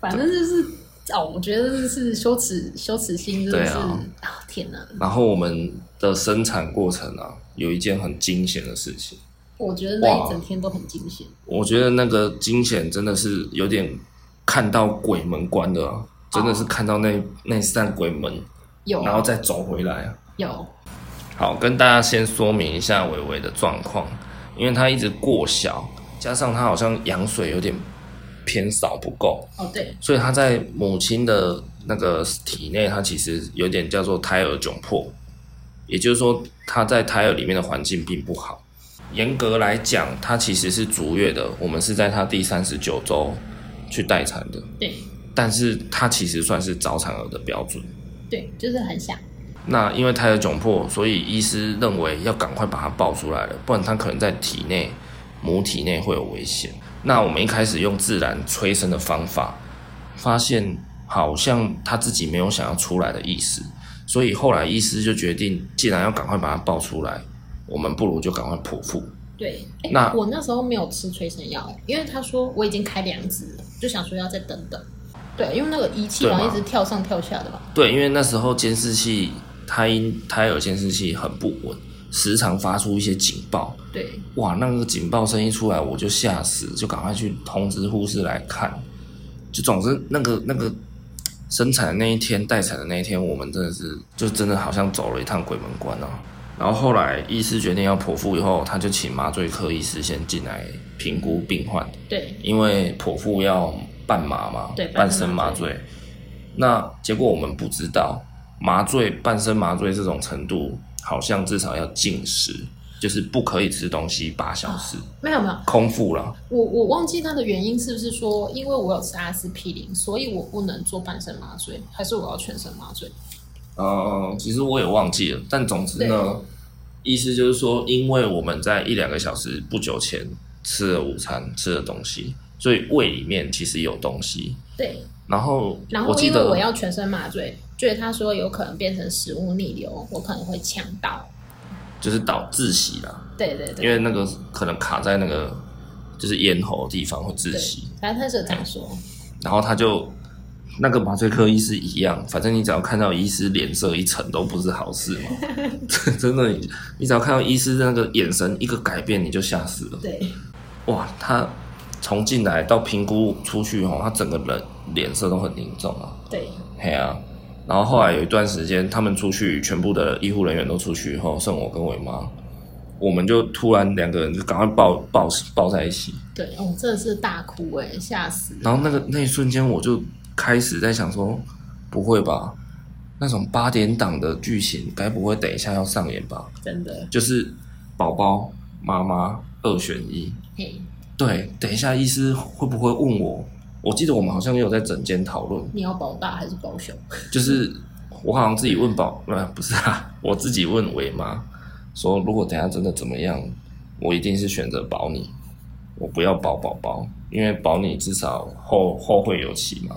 Speaker 2: 反正就是哦，我觉得是羞耻羞耻心，真的是
Speaker 1: 对啊
Speaker 2: 天哪！
Speaker 1: 然后我们的生产过程啊，有一件很惊险的事情，
Speaker 2: 我觉得那
Speaker 1: 哇
Speaker 2: 一整天都很惊险。
Speaker 1: 我觉得那个惊险真的是有点看到鬼门关的、啊，真的是看到那那扇鬼门，
Speaker 2: 有啊
Speaker 1: 然后再走回来啊。
Speaker 2: 有，
Speaker 1: 好，跟大家先说明一下伟伟的状况，因为他一直过小，加上他好像羊水有点偏少不够，
Speaker 2: 哦对
Speaker 1: 所以他在母亲的那个体内，他其实有点叫做胎儿窘迫，也就是说他在胎儿里面的环境并不好。严格来讲，他其实是足月的，我们是在他第三十九周去待产的，
Speaker 2: 对
Speaker 1: 但是他其实算是早产儿的标准。
Speaker 2: 对，就是很想
Speaker 1: 那因为胎儿窘迫，所以医师认为要赶快把它抱出来了，不然它可能在体内母体内会有危险。那我们一开始用自然催生的方法，发现好像他自己没有想要出来的意思，所以后来医师就决定，既然要赶快把它抱出来，我们不如就赶快剖腹。
Speaker 2: 对，诶
Speaker 1: 那
Speaker 2: 我那时候没有吃催生药，因为他说我已经开两指了，就想说要再等等。对，因为那个仪器
Speaker 1: 对
Speaker 2: 好像
Speaker 1: 嘛
Speaker 2: 一直跳上跳下的嘛。
Speaker 1: 对，因为那时候监视器胎音胎儿监视器很不稳，时常发出一些警报，
Speaker 2: 对
Speaker 1: 哇，那个警报声一出来，我就吓死，就赶快去通知护士来看。就总之，那个那个生产的那一天、待产的那一天，我们真的是就真的好像走了一趟鬼门关啊。然后后来医师决定要剖腹以后，他就请麻醉科医师先进来评估病患，
Speaker 2: 对
Speaker 1: 因为剖腹要半麻嘛，
Speaker 2: 对
Speaker 1: 半身麻醉。那结果我们不知道，麻醉半身麻醉这种程度，好像至少要禁食，就是不可以吃东西八小时，
Speaker 2: 没有没有，
Speaker 1: 空腹了。
Speaker 2: 我我忘记它的原因是不是说，因为我有吃阿司匹林，所以我不能做半身麻醉，还是我要全身麻醉？
Speaker 1: 呃，其实我也忘记了，但总之呢，意思就是说，因为我们在一两个小时不久前吃了午餐，吃了东西，所以胃里面其实有东西。
Speaker 2: 对，
Speaker 1: 然后
Speaker 2: 然
Speaker 1: 我
Speaker 2: 后
Speaker 1: 记
Speaker 2: 因为
Speaker 1: 得
Speaker 2: 我要全身麻醉，所以他说有可能变成食物逆流，我可能会呛到。
Speaker 1: 就是导窒息啦，
Speaker 2: 对对
Speaker 1: 因
Speaker 2: 对，
Speaker 1: 为那个可能卡在那个就是咽喉的地方会窒
Speaker 2: 对
Speaker 1: 息。，
Speaker 2: 反正他是这样说。
Speaker 1: 然后他就那个麻醉科医师一样，反正你只要看到医师脸色一沉都不是好事 嘛，真的，你只要看到医师那个眼神一个改变你就吓死了。
Speaker 2: 对，
Speaker 1: 哇，他从进来到评估出去吼，他整个人脸色都很凝重啊，
Speaker 2: 对，
Speaker 1: 嘿啊。然后后来有一段时间，他们出去，全部的医护人员都出去以后，剩我跟伟妈，我们就突然两个人就赶快抱抱抱在一起，
Speaker 2: 对，哦，真的是大哭哎、吓死！
Speaker 1: 然后那个那一瞬间，我就开始在想说，不会吧？那种八点档的剧情，该不会等一下要上演吧？
Speaker 2: 真的，
Speaker 1: 就是宝宝妈妈二选一。
Speaker 2: 嘿，
Speaker 1: 对，等一下医师会不会问我？我记得我们好像也有在整间讨论，
Speaker 2: 你要保大还是保小？
Speaker 1: 就是我好像自己问宝，呃，不是啊， 我自己问伟妈说，如果等一下真的怎么样，我一定是选择保你，我不要保宝宝，因为保你至少后后会有期嘛，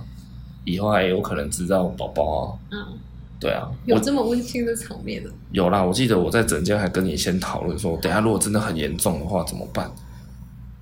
Speaker 1: 以后还有可能知道宝宝啊，
Speaker 2: 嗯，
Speaker 1: 对啊，
Speaker 2: 有这么温馨的场面呢、哦
Speaker 1: 有啦，我记得我在诊间还跟你先讨论说，等一下如果真的很严重的话怎么办？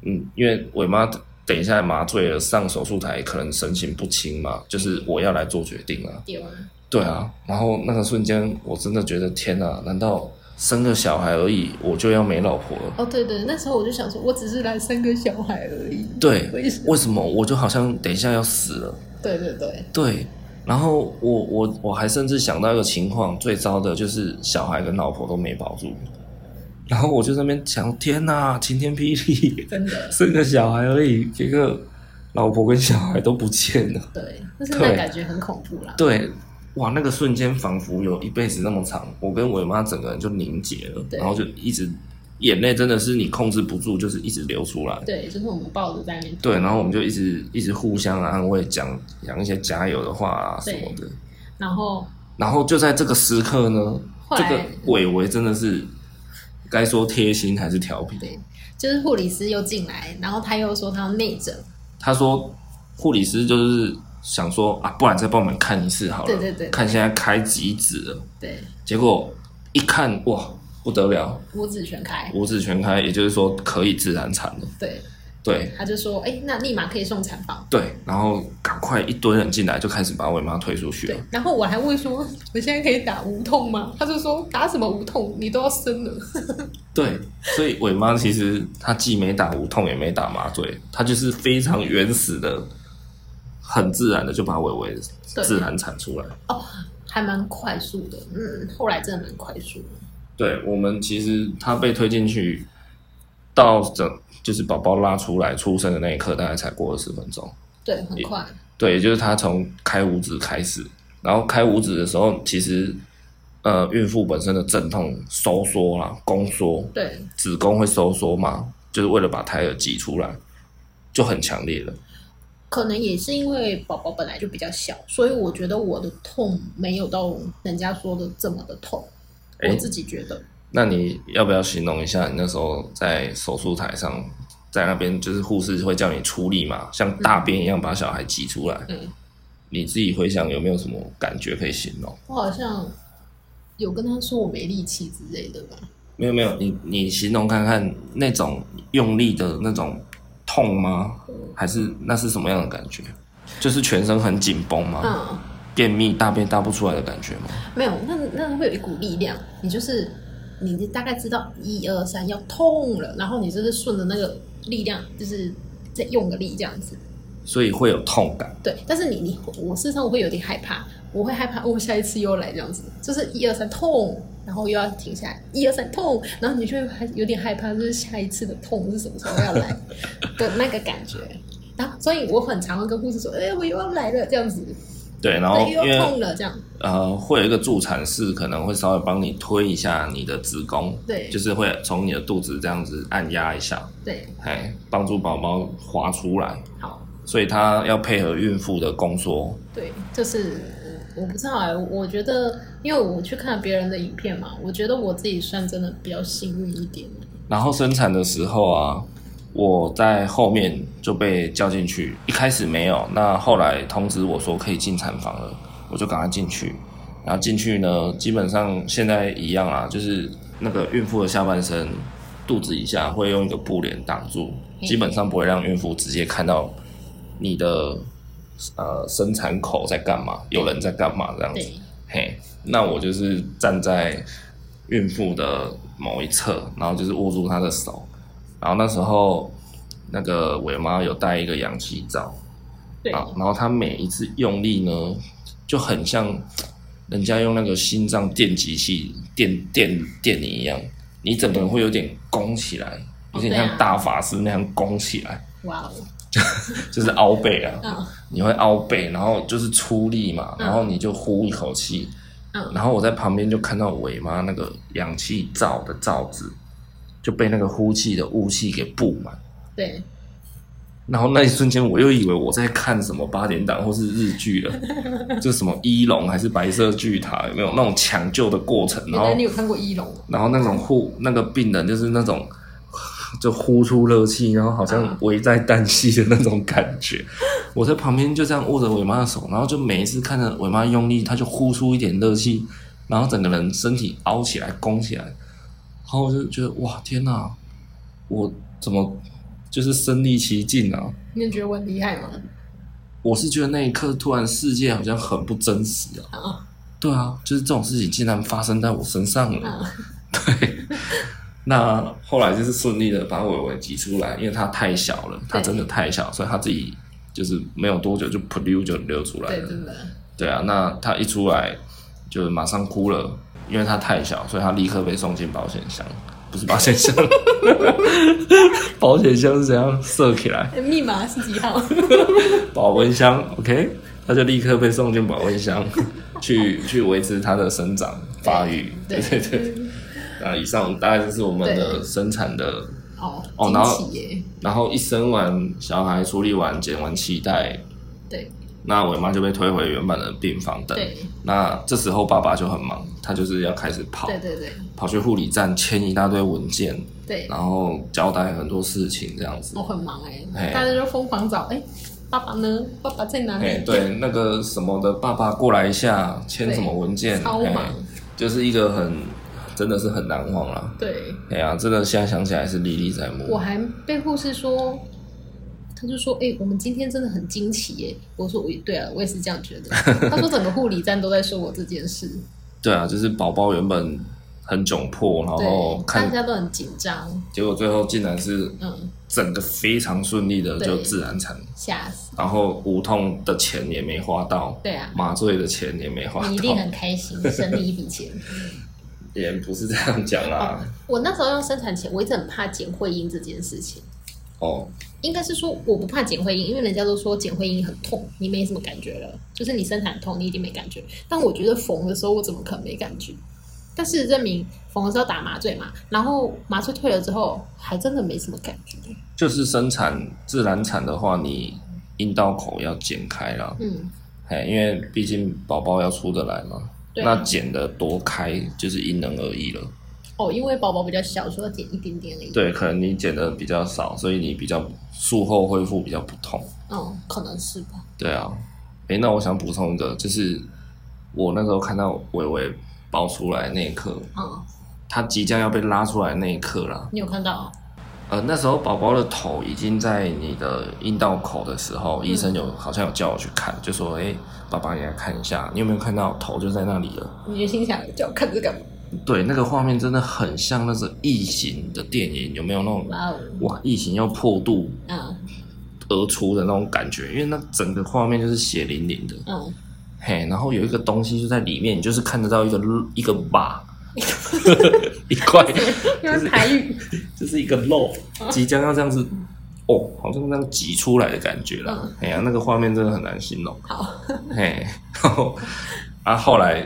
Speaker 1: 嗯，因为伟妈等一下麻醉了，上手术台可能神情不清嘛，就是我要来做决定啊。
Speaker 2: 对啊，
Speaker 1: 对啊，然后那个瞬间，我真的觉得天啊，难道生个小孩而已，我就要没老婆了？
Speaker 2: 哦对对，那时候我就想说，我只是来生个小孩而已。
Speaker 1: 对
Speaker 2: 为什，么
Speaker 1: 为什么我就好像等一下要死了？
Speaker 2: 对对对，
Speaker 1: 对，然后我我我还甚至想到一个情况，最糟的就是小孩跟老婆都没保住，然后我就在那边想，天呐，晴天霹雳，
Speaker 2: 真的，
Speaker 1: 生个小孩而已，结果老婆跟小孩都不见了。
Speaker 2: 对，但是
Speaker 1: 对
Speaker 2: 那感觉很恐怖啦。
Speaker 1: 对，哇，那个瞬间仿佛有一辈子那么长，我跟我妈整个人就凝结了，
Speaker 2: 对
Speaker 1: 然后就一直眼泪真的是你控制不住，就是一直流出来。
Speaker 2: 对，就是我们抱着在那边。
Speaker 1: 对，然后我们就一直一直互相啊安慰，讲讲一些加油的话啊什
Speaker 2: 对
Speaker 1: 么的。
Speaker 2: 然后
Speaker 1: 然后就在这个时刻呢，
Speaker 2: 后
Speaker 1: 这
Speaker 2: 来
Speaker 1: 个伟伟真的是该说贴心还是调皮？
Speaker 2: 对，就是护理师又进来，然后他又说他要内诊，
Speaker 1: 他说护理师就是想说啊，不然再帮我们看一次好了，
Speaker 2: 对对对
Speaker 1: 看现在开几指了。
Speaker 2: 对，
Speaker 1: 结果一看哇，不得了，
Speaker 2: 五指全开，
Speaker 1: 五指全开，也就是说可以自然产了。
Speaker 2: 对，
Speaker 1: 对
Speaker 2: 他就说，哎，那立马可以送产房。
Speaker 1: 对，然后赶快一堆人进来，就开始把伟妈推出去
Speaker 2: 对
Speaker 1: 了。，
Speaker 2: 然后我还问说，我现在可以打无痛吗？他就说打什么无痛，你都要生了。
Speaker 1: 对，所以伟妈其实她既没打无痛，也没打麻醉，她就是非常原始的、很自然的就把伟伟
Speaker 2: 对
Speaker 1: 自然产出来。
Speaker 2: 哦还蛮快速的，嗯，后来真的蛮快速的，
Speaker 1: 对我们其实她被推进去到整就是宝宝拉出来出生的那一刻，大概才过二十分钟。
Speaker 2: 对，很快，
Speaker 1: 对，也就是她从开五指开始，然后开五指的时候，其实呃孕妇本身的阵痛收缩啦、宫缩，
Speaker 2: 对
Speaker 1: 子宫会收缩嘛，就是为了把胎儿挤出来，就很强烈了。
Speaker 2: 可能也是因为宝宝本来就比较小，所以我觉得我的痛没有到人家说的这么的痛，
Speaker 1: 哎
Speaker 2: 我自己觉得，
Speaker 1: 那你要不要形容一下你那时候在手术台上，在那边就是护士会叫你出力嘛，像大便一样把小孩挤出来？
Speaker 2: 嗯，
Speaker 1: 你自己回想有没有什么感觉可以形容？
Speaker 2: 我好像有跟他说我没力气之类的吧，
Speaker 1: 没有没有，你你形容看看那种用力的那种痛吗？还是那是什么样的感觉？就是全身很紧绷吗？
Speaker 2: 嗯，
Speaker 1: 便秘大便大不出来的感觉吗？
Speaker 2: 没有，那那会有一股力量，你就是你大概知道一二三要痛了，然后你就是顺着那个力量，就是再用个力这样子，
Speaker 1: 所以会有痛感。
Speaker 2: 对，但是你你我事实上我会有点害怕，我会害怕哦，下一次又来这样子，就是一二三痛，然后又要停下来，一二三痛，然后你就会还有点害怕，就是下一次的痛是什么时候要 来的那个感觉。然后，所以我很常会跟护士说：“哎、我又要来了，这样子，
Speaker 1: 对，然后
Speaker 2: 对，
Speaker 1: 因
Speaker 2: 又
Speaker 1: 为
Speaker 2: 要痛了，这样。
Speaker 1: 呃，会有一个助产士可能会稍微帮你推一下你的子宫，
Speaker 2: 对
Speaker 1: 就是会从你的肚子这样子按压一下，”
Speaker 2: 对，
Speaker 1: 哎，帮助宝宝滑出来。
Speaker 2: 好，
Speaker 1: 所以它要配合孕妇的宫缩，
Speaker 2: 啊对，就是我我不知道哎、我觉得因为我去看别人的影片嘛，我觉得我自己算真的比较幸运一点。
Speaker 1: 然后生产的时候啊，我在后面就被叫进去，一开始没有，那后来通知我说可以进产房了，我就赶快进去。然后进去呢，基本上现在一样啊，就是那个孕妇的下半身、肚子以下会用一个布帘挡住，
Speaker 2: 嗯
Speaker 1: 基本上不会让孕妇直接看到你的呃生产口在干嘛，有人在干嘛这样子。
Speaker 2: 对，
Speaker 1: 嘿，那我就是站在孕妇的某一侧，然后就是握住她的手，然后那时候那个伟妈有戴一个氧气罩，
Speaker 2: 对，
Speaker 1: 啊，然后她每一次用力呢，就很像人家用那个心脏电极器电电电你一样，你整个人会有点弓起来，有点
Speaker 2: 对啊
Speaker 1: 像大法师那样弓起来，
Speaker 2: 哇哦，
Speaker 1: 就是凹背啊，
Speaker 2: 嗯
Speaker 1: 你会凹背，然后就是出力嘛，
Speaker 2: 嗯
Speaker 1: 然后你就呼一口气。
Speaker 2: 嗯，
Speaker 1: 然后我在旁边就看到伟妈那个氧气罩的罩子就被那个呼气的雾气给布满，
Speaker 2: 对，
Speaker 1: 然后那一瞬间我又以为我在看什么八点档 或是日剧了，就什么一龙还是白色巨塔有没有那种抢救的过程，
Speaker 2: 原
Speaker 1: 然后
Speaker 2: 哎来你有看过一龙，
Speaker 1: 然后那种护那个病人就是那种 就呼出热气，然后好像危在旦夕的那种感觉。我在旁边就这样握着伟妈的手，然后就每一次看着伟妈用力，她就呼出一点热气，然后整个人身体凹起来、弓起来，然后我就觉得哇天哪，我怎么就是身临其境啊！
Speaker 2: 你觉得我很厉害吗？
Speaker 1: 我是觉得那一刻突然世界好像很不真实啊。
Speaker 2: 啊，
Speaker 1: 对啊，就是这种事情竟然发生在我身上了。
Speaker 2: 嗯
Speaker 1: 那呃后来就是顺利的把伟伟挤出来，因为他太小了，他真的太小，所以他自己就是没有多久就噗溜就流出来
Speaker 2: 对，
Speaker 1: 了。
Speaker 2: 真的，
Speaker 1: 对啊，那他一出来就马上哭了，因为他太小，所以他立刻被送进保险箱，不是保险 箱，保险箱是怎样设起来？
Speaker 2: 哎密码是 几号？
Speaker 1: 保温箱，OK，他就立刻被送进保温箱， 去去维持他的生长发育。 对对对，那以上大概就是我们的
Speaker 2: 对
Speaker 1: 生产的
Speaker 2: 哦，
Speaker 1: 哦然后
Speaker 2: 惊奇耶，
Speaker 1: 然后一生完小孩，处理完、剪完脐带，
Speaker 2: 对
Speaker 1: 那伟妈就被推回原本的病房等。
Speaker 2: 对
Speaker 1: 那这时候爸爸就很忙，他就是要开始跑，
Speaker 2: 对对对
Speaker 1: 跑去护理站签一大堆文件，
Speaker 2: 对，
Speaker 1: 然后交代很多事情这样子
Speaker 2: 我。很忙哎
Speaker 1: 哎，
Speaker 2: 大家就疯狂找哎，爸爸呢？爸爸在哪
Speaker 1: 哎、
Speaker 2: 里？
Speaker 1: 对，那个什么的爸爸过来一下，签什么文件，
Speaker 2: 超
Speaker 1: 哎
Speaker 2: 忙，
Speaker 1: 就是一个很真的是很难忘啦。
Speaker 2: 对。
Speaker 1: 哎呀、真的现在想起来是历历在目。
Speaker 2: 我还被护士说，他就说：“哎、我们今天真的很惊奇耶！”我说：“我也对啊，我也是这样觉得。”他说：“整个护理站都在说我这 件事，
Speaker 1: 对啊，就是宝宝原本很窘迫，然后
Speaker 2: 对，大
Speaker 1: 哦看，
Speaker 2: 家都很紧张，
Speaker 1: 结果最后竟然是
Speaker 2: 嗯，
Speaker 1: 整个非常顺利的
Speaker 2: 对
Speaker 1: 就自然产，
Speaker 2: 吓死，
Speaker 1: 然后无痛的钱也没花到，
Speaker 2: 对啊，
Speaker 1: 麻醉的钱也没花
Speaker 2: 你一定
Speaker 1: 到，
Speaker 2: 很开心，省你一笔钱。
Speaker 1: 也不是这样讲啊啦。
Speaker 2: 我那时候要生产前，我一直很怕剪会阴这件事情。”
Speaker 1: 哦，
Speaker 2: 应该是说我不怕剪会阴，因为人家都说剪会阴很痛，你没什么感觉了，就是你生产痛你已经没感觉。但我觉得缝的时候我怎么可能没感觉？但事实证明缝的时候打麻醉嘛，然后麻醉退了之后还真的没什么感觉。
Speaker 1: 就是生产自然产的话，你阴道口要剪开啦，
Speaker 2: 嗯，
Speaker 1: 哎，因为毕竟宝宝要出得来嘛。
Speaker 2: 对
Speaker 1: 那
Speaker 2: 啊。
Speaker 1: 剪的多开就是因人而异了，
Speaker 2: 哦，因为宝宝比较小，所以要剪一点点而已。，
Speaker 1: 对，可能你剪的比较少，所以你比较术后恢复比较不痛。
Speaker 2: 嗯，可能是吧。
Speaker 1: 对啊，诶，那我想补充一个，就是我那时候看到伟伟爆出来那一刻，
Speaker 2: 嗯，
Speaker 1: 他即将要被拉出来那一刻啦，
Speaker 2: 你有看到哦？
Speaker 1: 呃，那时候宝宝的头已经在你的阴道口的时候，医生有好像有叫我去看，就说，诶，爸爸你来看一下，你有没有看到头就在那里了？
Speaker 2: 你就心想叫我看这干嘛？
Speaker 1: 对，那个画面真的很像那种异形的电影，有没有那种
Speaker 2: 哇哦，
Speaker 1: 哇，异形要破肚
Speaker 2: 嗯
Speaker 1: 而出的那种感觉？因为那整个画面就是血淋淋的，
Speaker 2: 嗯，
Speaker 1: 嘿，然后有一个东西就在里面，你就是看得到一个一个疤，一块，
Speaker 2: 嗯 因为台语，
Speaker 1: 就是一个肉，即将要这样子，哦，好像这样挤出来的感觉啦
Speaker 2: 嗯。
Speaker 1: 哎呀、那个画面真的很难形容。
Speaker 2: 好，
Speaker 1: 嘿，然后啊，后来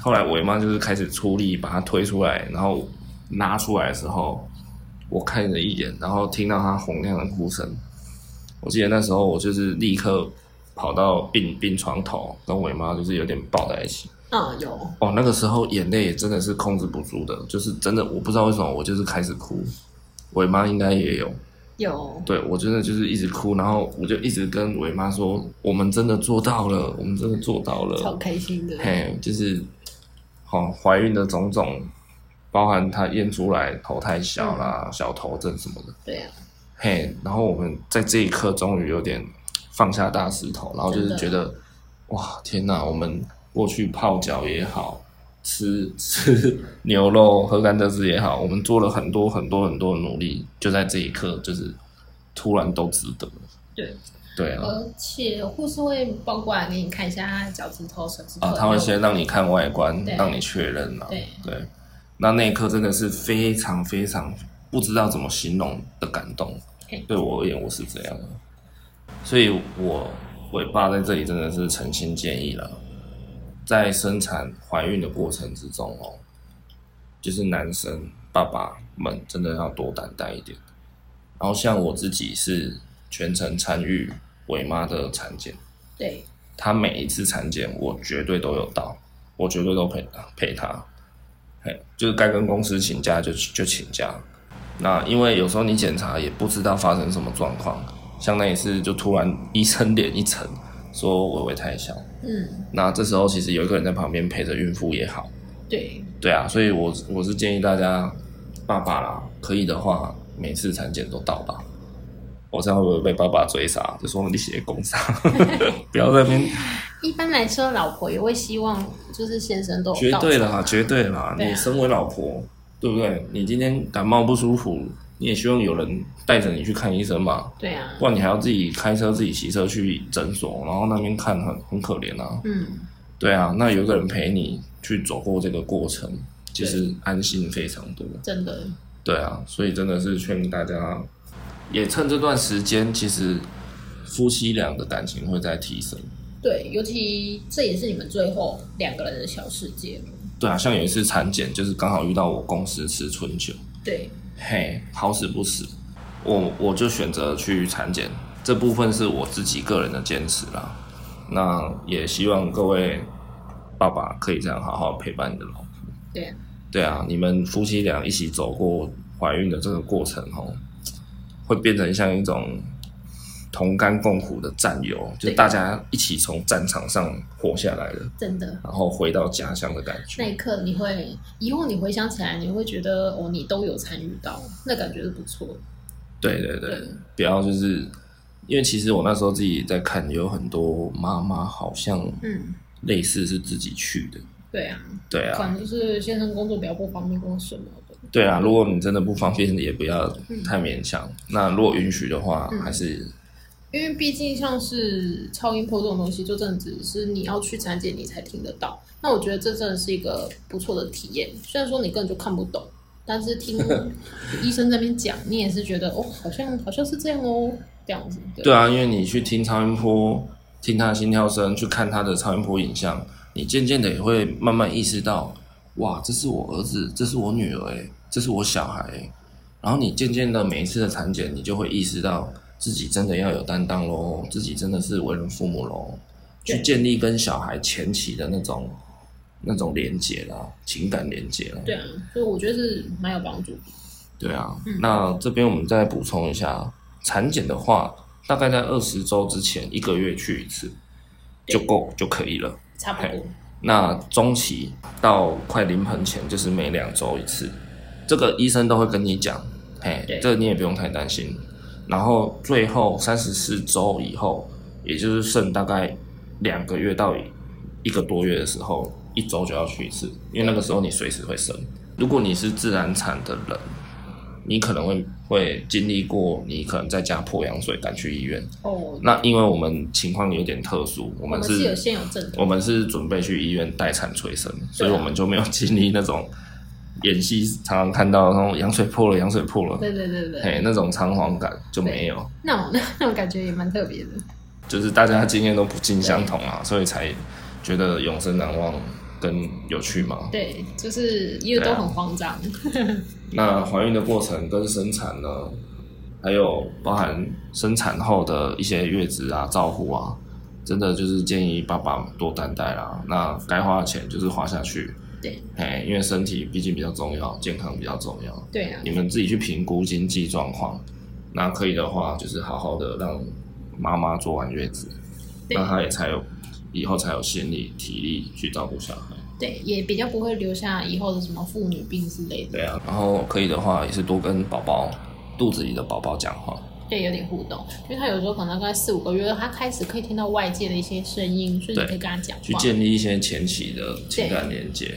Speaker 1: 后来我妈就是开始出力把它推出来，然后拉出来的时候，我看了一眼，然后听到她洪亮的哭声。我记得那时候我就是立刻跑到病病床头，跟我妈就是有点抱在一起，
Speaker 2: 嗯，有，
Speaker 1: 哦，那个时候眼泪也真的是控制不住的，就是真的，我不知道为什么，我就是开始哭。伟妈应该也有，
Speaker 2: 有，
Speaker 1: 对我真的就是一直哭，然后我就一直跟伟妈说，我们真的做到了，我们真的做到
Speaker 2: 超
Speaker 1: 了。
Speaker 2: 开心的。
Speaker 1: 嘿，就是，好、怀孕的种种，包含她验出来头太小啦、小头症什么的，
Speaker 2: 对啊，
Speaker 1: 嘿，然后我们在这一刻终于有点放下大石头，然后就是觉
Speaker 2: 真
Speaker 1: 得，哇，天哪！我们过去泡脚也好，吃 吃牛肉、喝甘蔗汁也好，我们做了很多很多很多的努力，就在这一刻，就是突然都值得了。
Speaker 2: 对，
Speaker 1: 对啊，
Speaker 2: 呃而且护士会抱过来给你看一下他的脚趾头、手指头。
Speaker 1: 啊，他会先让你看外观
Speaker 2: 对，
Speaker 1: 让你确认啊。
Speaker 2: 对
Speaker 1: 对，那那一刻真的是非常非常不知道怎么形容的感动
Speaker 2: 嘿。
Speaker 1: 对我而言，我是这样的，所以我我爸在这里真的是诚心建议了，在生产怀孕的过程之中哦，就是男生爸爸们真的要多担待一点。然后像我自己是全程参与伟妈的产检，
Speaker 2: 对，
Speaker 1: 他每一次产检，我绝对都有到，我绝对都陪他陪他，嘿，就是该跟公司请假就就请假。那因为有时候你检查也不知道发生什么状况，像那一次就突然医生脸一沉，说微微太小。
Speaker 2: 嗯，
Speaker 1: 那这时候其实有一个人在旁边陪着孕妇也好，
Speaker 2: 对，
Speaker 1: 对啊，所以我我是建议大家，爸爸啦，可以的话，每次产检都到吧。我这样会不会被爸爸追杀？ 就说你写工伤，不要在那边
Speaker 2: 一般来说，老婆也会希望就是先生都有
Speaker 1: 绝
Speaker 2: 到
Speaker 1: 对
Speaker 2: 场
Speaker 1: 啦，绝对啦！
Speaker 2: 对啊
Speaker 1: 你身为老婆，对不对？你今天感冒不舒服，你也希望有人带着你去看医生嘛，
Speaker 2: 对啊，
Speaker 1: 不然你还要自己开车、自己骑车去诊所，然后那边看很很可怜啊。
Speaker 2: 嗯，
Speaker 1: 对啊，那有一个人陪你去走过这个过程，其实安心非常多。
Speaker 2: 真的，
Speaker 1: 对啊，所以真的是劝大家，也趁这段时间，其实夫妻俩的感情会在提升。
Speaker 2: 对，尤其这也是你们最后两个人的小世界。
Speaker 1: 对啊，像有一次产检，就是刚好遇到我公司吃春酒。
Speaker 2: 对，
Speaker 1: 嘿，好死不死，我我就选择去产检，这部分是我自己个人的坚持啦。那也希望各位爸爸可以这样好好陪伴你的老婆。
Speaker 2: 对啊，
Speaker 1: 对啊，你们夫妻俩一起走过怀孕的这个过程哦，会变成像一种同甘共苦的战友，就
Speaker 2: 对
Speaker 1: 大家一起从战场上活下来了，
Speaker 2: 真的。
Speaker 1: 然后回到家乡的感
Speaker 2: 那
Speaker 1: 觉。
Speaker 2: 一刻，你会以后你回想起来，你会觉得哦，你都有参与到，那感觉是不错。
Speaker 1: 对对对。不要就是，因为其实我那时候自己在看，有很多妈妈好像
Speaker 2: 嗯，
Speaker 1: 类似是自己去的，
Speaker 2: 对啊，
Speaker 1: 对
Speaker 2: 可
Speaker 1: 啊，
Speaker 2: 能就是先生工作比较不方便，或什么的。
Speaker 1: 对啊。如果你真的不方便，也不要
Speaker 2: 嗯
Speaker 1: 太勉强。那如果允许的话，
Speaker 2: 嗯
Speaker 1: 还是
Speaker 2: 因为毕竟像是超音波这种东西，就真的只是你要去产检你才听得到。那我觉得这真的是一个不错的体验，虽然说你根本就看不懂，但是 听医生在那边讲，你也是觉得哦，好像好像是这样哦，这样子。对
Speaker 1: 对啊，因为你去听超音波，听他的心跳声，去看他的超音波影像，你渐渐的也会慢慢意识到，哇，这是我儿子，这是我女儿，哎，这是我小孩欸。然后你渐渐的每一次的产检，你就会意识到自己真的要有担当喽，自己真的是为人父母喽，
Speaker 2: 对
Speaker 1: 去建立跟小孩前期的那种那种连接啦，情感连接啦。
Speaker 2: 对啊，所以我觉得是蛮有帮助的。
Speaker 1: 对啊，
Speaker 2: 嗯
Speaker 1: 那这边我们再补充一下，产检的话，大概在二十周之前一个月去一次
Speaker 2: 对
Speaker 1: 就够就可以了。
Speaker 2: 差不多。
Speaker 1: 那中期到快临盆前，就是每两周一次，这个医生都会跟你讲，嘿
Speaker 2: 对，
Speaker 1: 这个你也不用太担心。然后最后三十四周以后，也就是剩大概两个月到一个多月的时候，一周就要去一次，因为那个时候你随时会生。如果你是自然产的人，你可能会会经历过，你可能在家破羊水赶去医院。
Speaker 2: 哦，
Speaker 1: 那因为我们情况有点特殊，我
Speaker 2: 我
Speaker 1: 们
Speaker 2: 们
Speaker 1: 是
Speaker 2: 是有现有证的。
Speaker 1: 我们是准备去医院待产催生，
Speaker 2: 啊
Speaker 1: 所以我们就没有经历那种演戏常常看到那种羊水破了，羊水破了，
Speaker 2: 对对对对，
Speaker 1: 嘿，那种仓皇感就没有，
Speaker 2: 那种 那种感觉也蛮特别的。
Speaker 1: 就是大家经验都不尽相同啊，所以才觉得永生难忘跟有趣嘛。
Speaker 2: 对，就是因为
Speaker 1: 对
Speaker 2: 都
Speaker 1: 啊
Speaker 2: 很慌张。
Speaker 1: 那怀孕的过程跟生产呢，还有包含生产后的一些月子啊、照护啊，真的就是建议爸爸多担待啦。那该花的钱就是花下去，
Speaker 2: 对
Speaker 1: 哎，因为身体毕竟比较重要，健康比较重要。
Speaker 2: 对啊，
Speaker 1: 你们自己去评估经济状况，那可以的话，就是好好的让妈妈坐完月子，
Speaker 2: 对
Speaker 1: 那她也才有以后才有心力、体力去照顾小孩。
Speaker 2: 对，也比较不会留下以后的什么妇女病之类的，
Speaker 1: 对啊，然后可以的话，也是多跟宝宝肚子里的宝宝讲话。
Speaker 2: 对，有点互动，因为他有时候可能大概四五个月，他开始可以听到外界的一些声音，所以你
Speaker 1: 对
Speaker 2: 可以跟他讲
Speaker 1: 去
Speaker 2: 话，
Speaker 1: 建立一些前期的情感连接。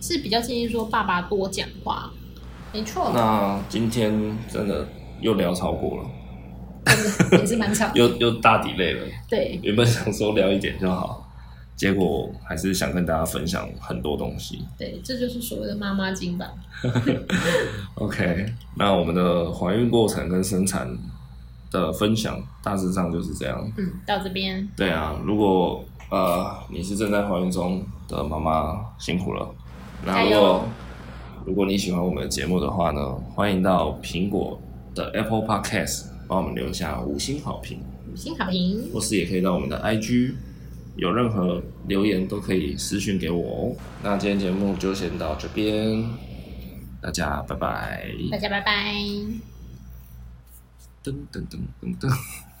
Speaker 2: 是比较建议说爸爸多讲话，没 错，
Speaker 1: 那今天真的又聊超过了，
Speaker 2: 真的也是蛮长的，
Speaker 1: 又又大底累了。
Speaker 2: 对，
Speaker 1: 原本想说聊一点就好，结果还是想跟大家分享很多东西。
Speaker 2: 对，这就是所谓的妈妈经吧。
Speaker 1: OK，那我们的怀孕过程跟生产的分享大致上就是这样。
Speaker 2: 嗯，到这边，
Speaker 1: 对啊，如果呃你是正在怀孕中的妈妈，辛苦了。那
Speaker 2: 加
Speaker 1: 如
Speaker 2: 油
Speaker 1: 果如果你喜欢我们的节目的话呢，欢迎到苹果的 Apple Podcast 帮我们留下五星好评，
Speaker 2: 五星好评，
Speaker 1: 或是也可以到我们的 IG，有任何留言都可以私讯给我哦。那今天节目就先到这边，大家拜拜。
Speaker 2: 大家拜拜。
Speaker 1: 噔噔噔噔噔。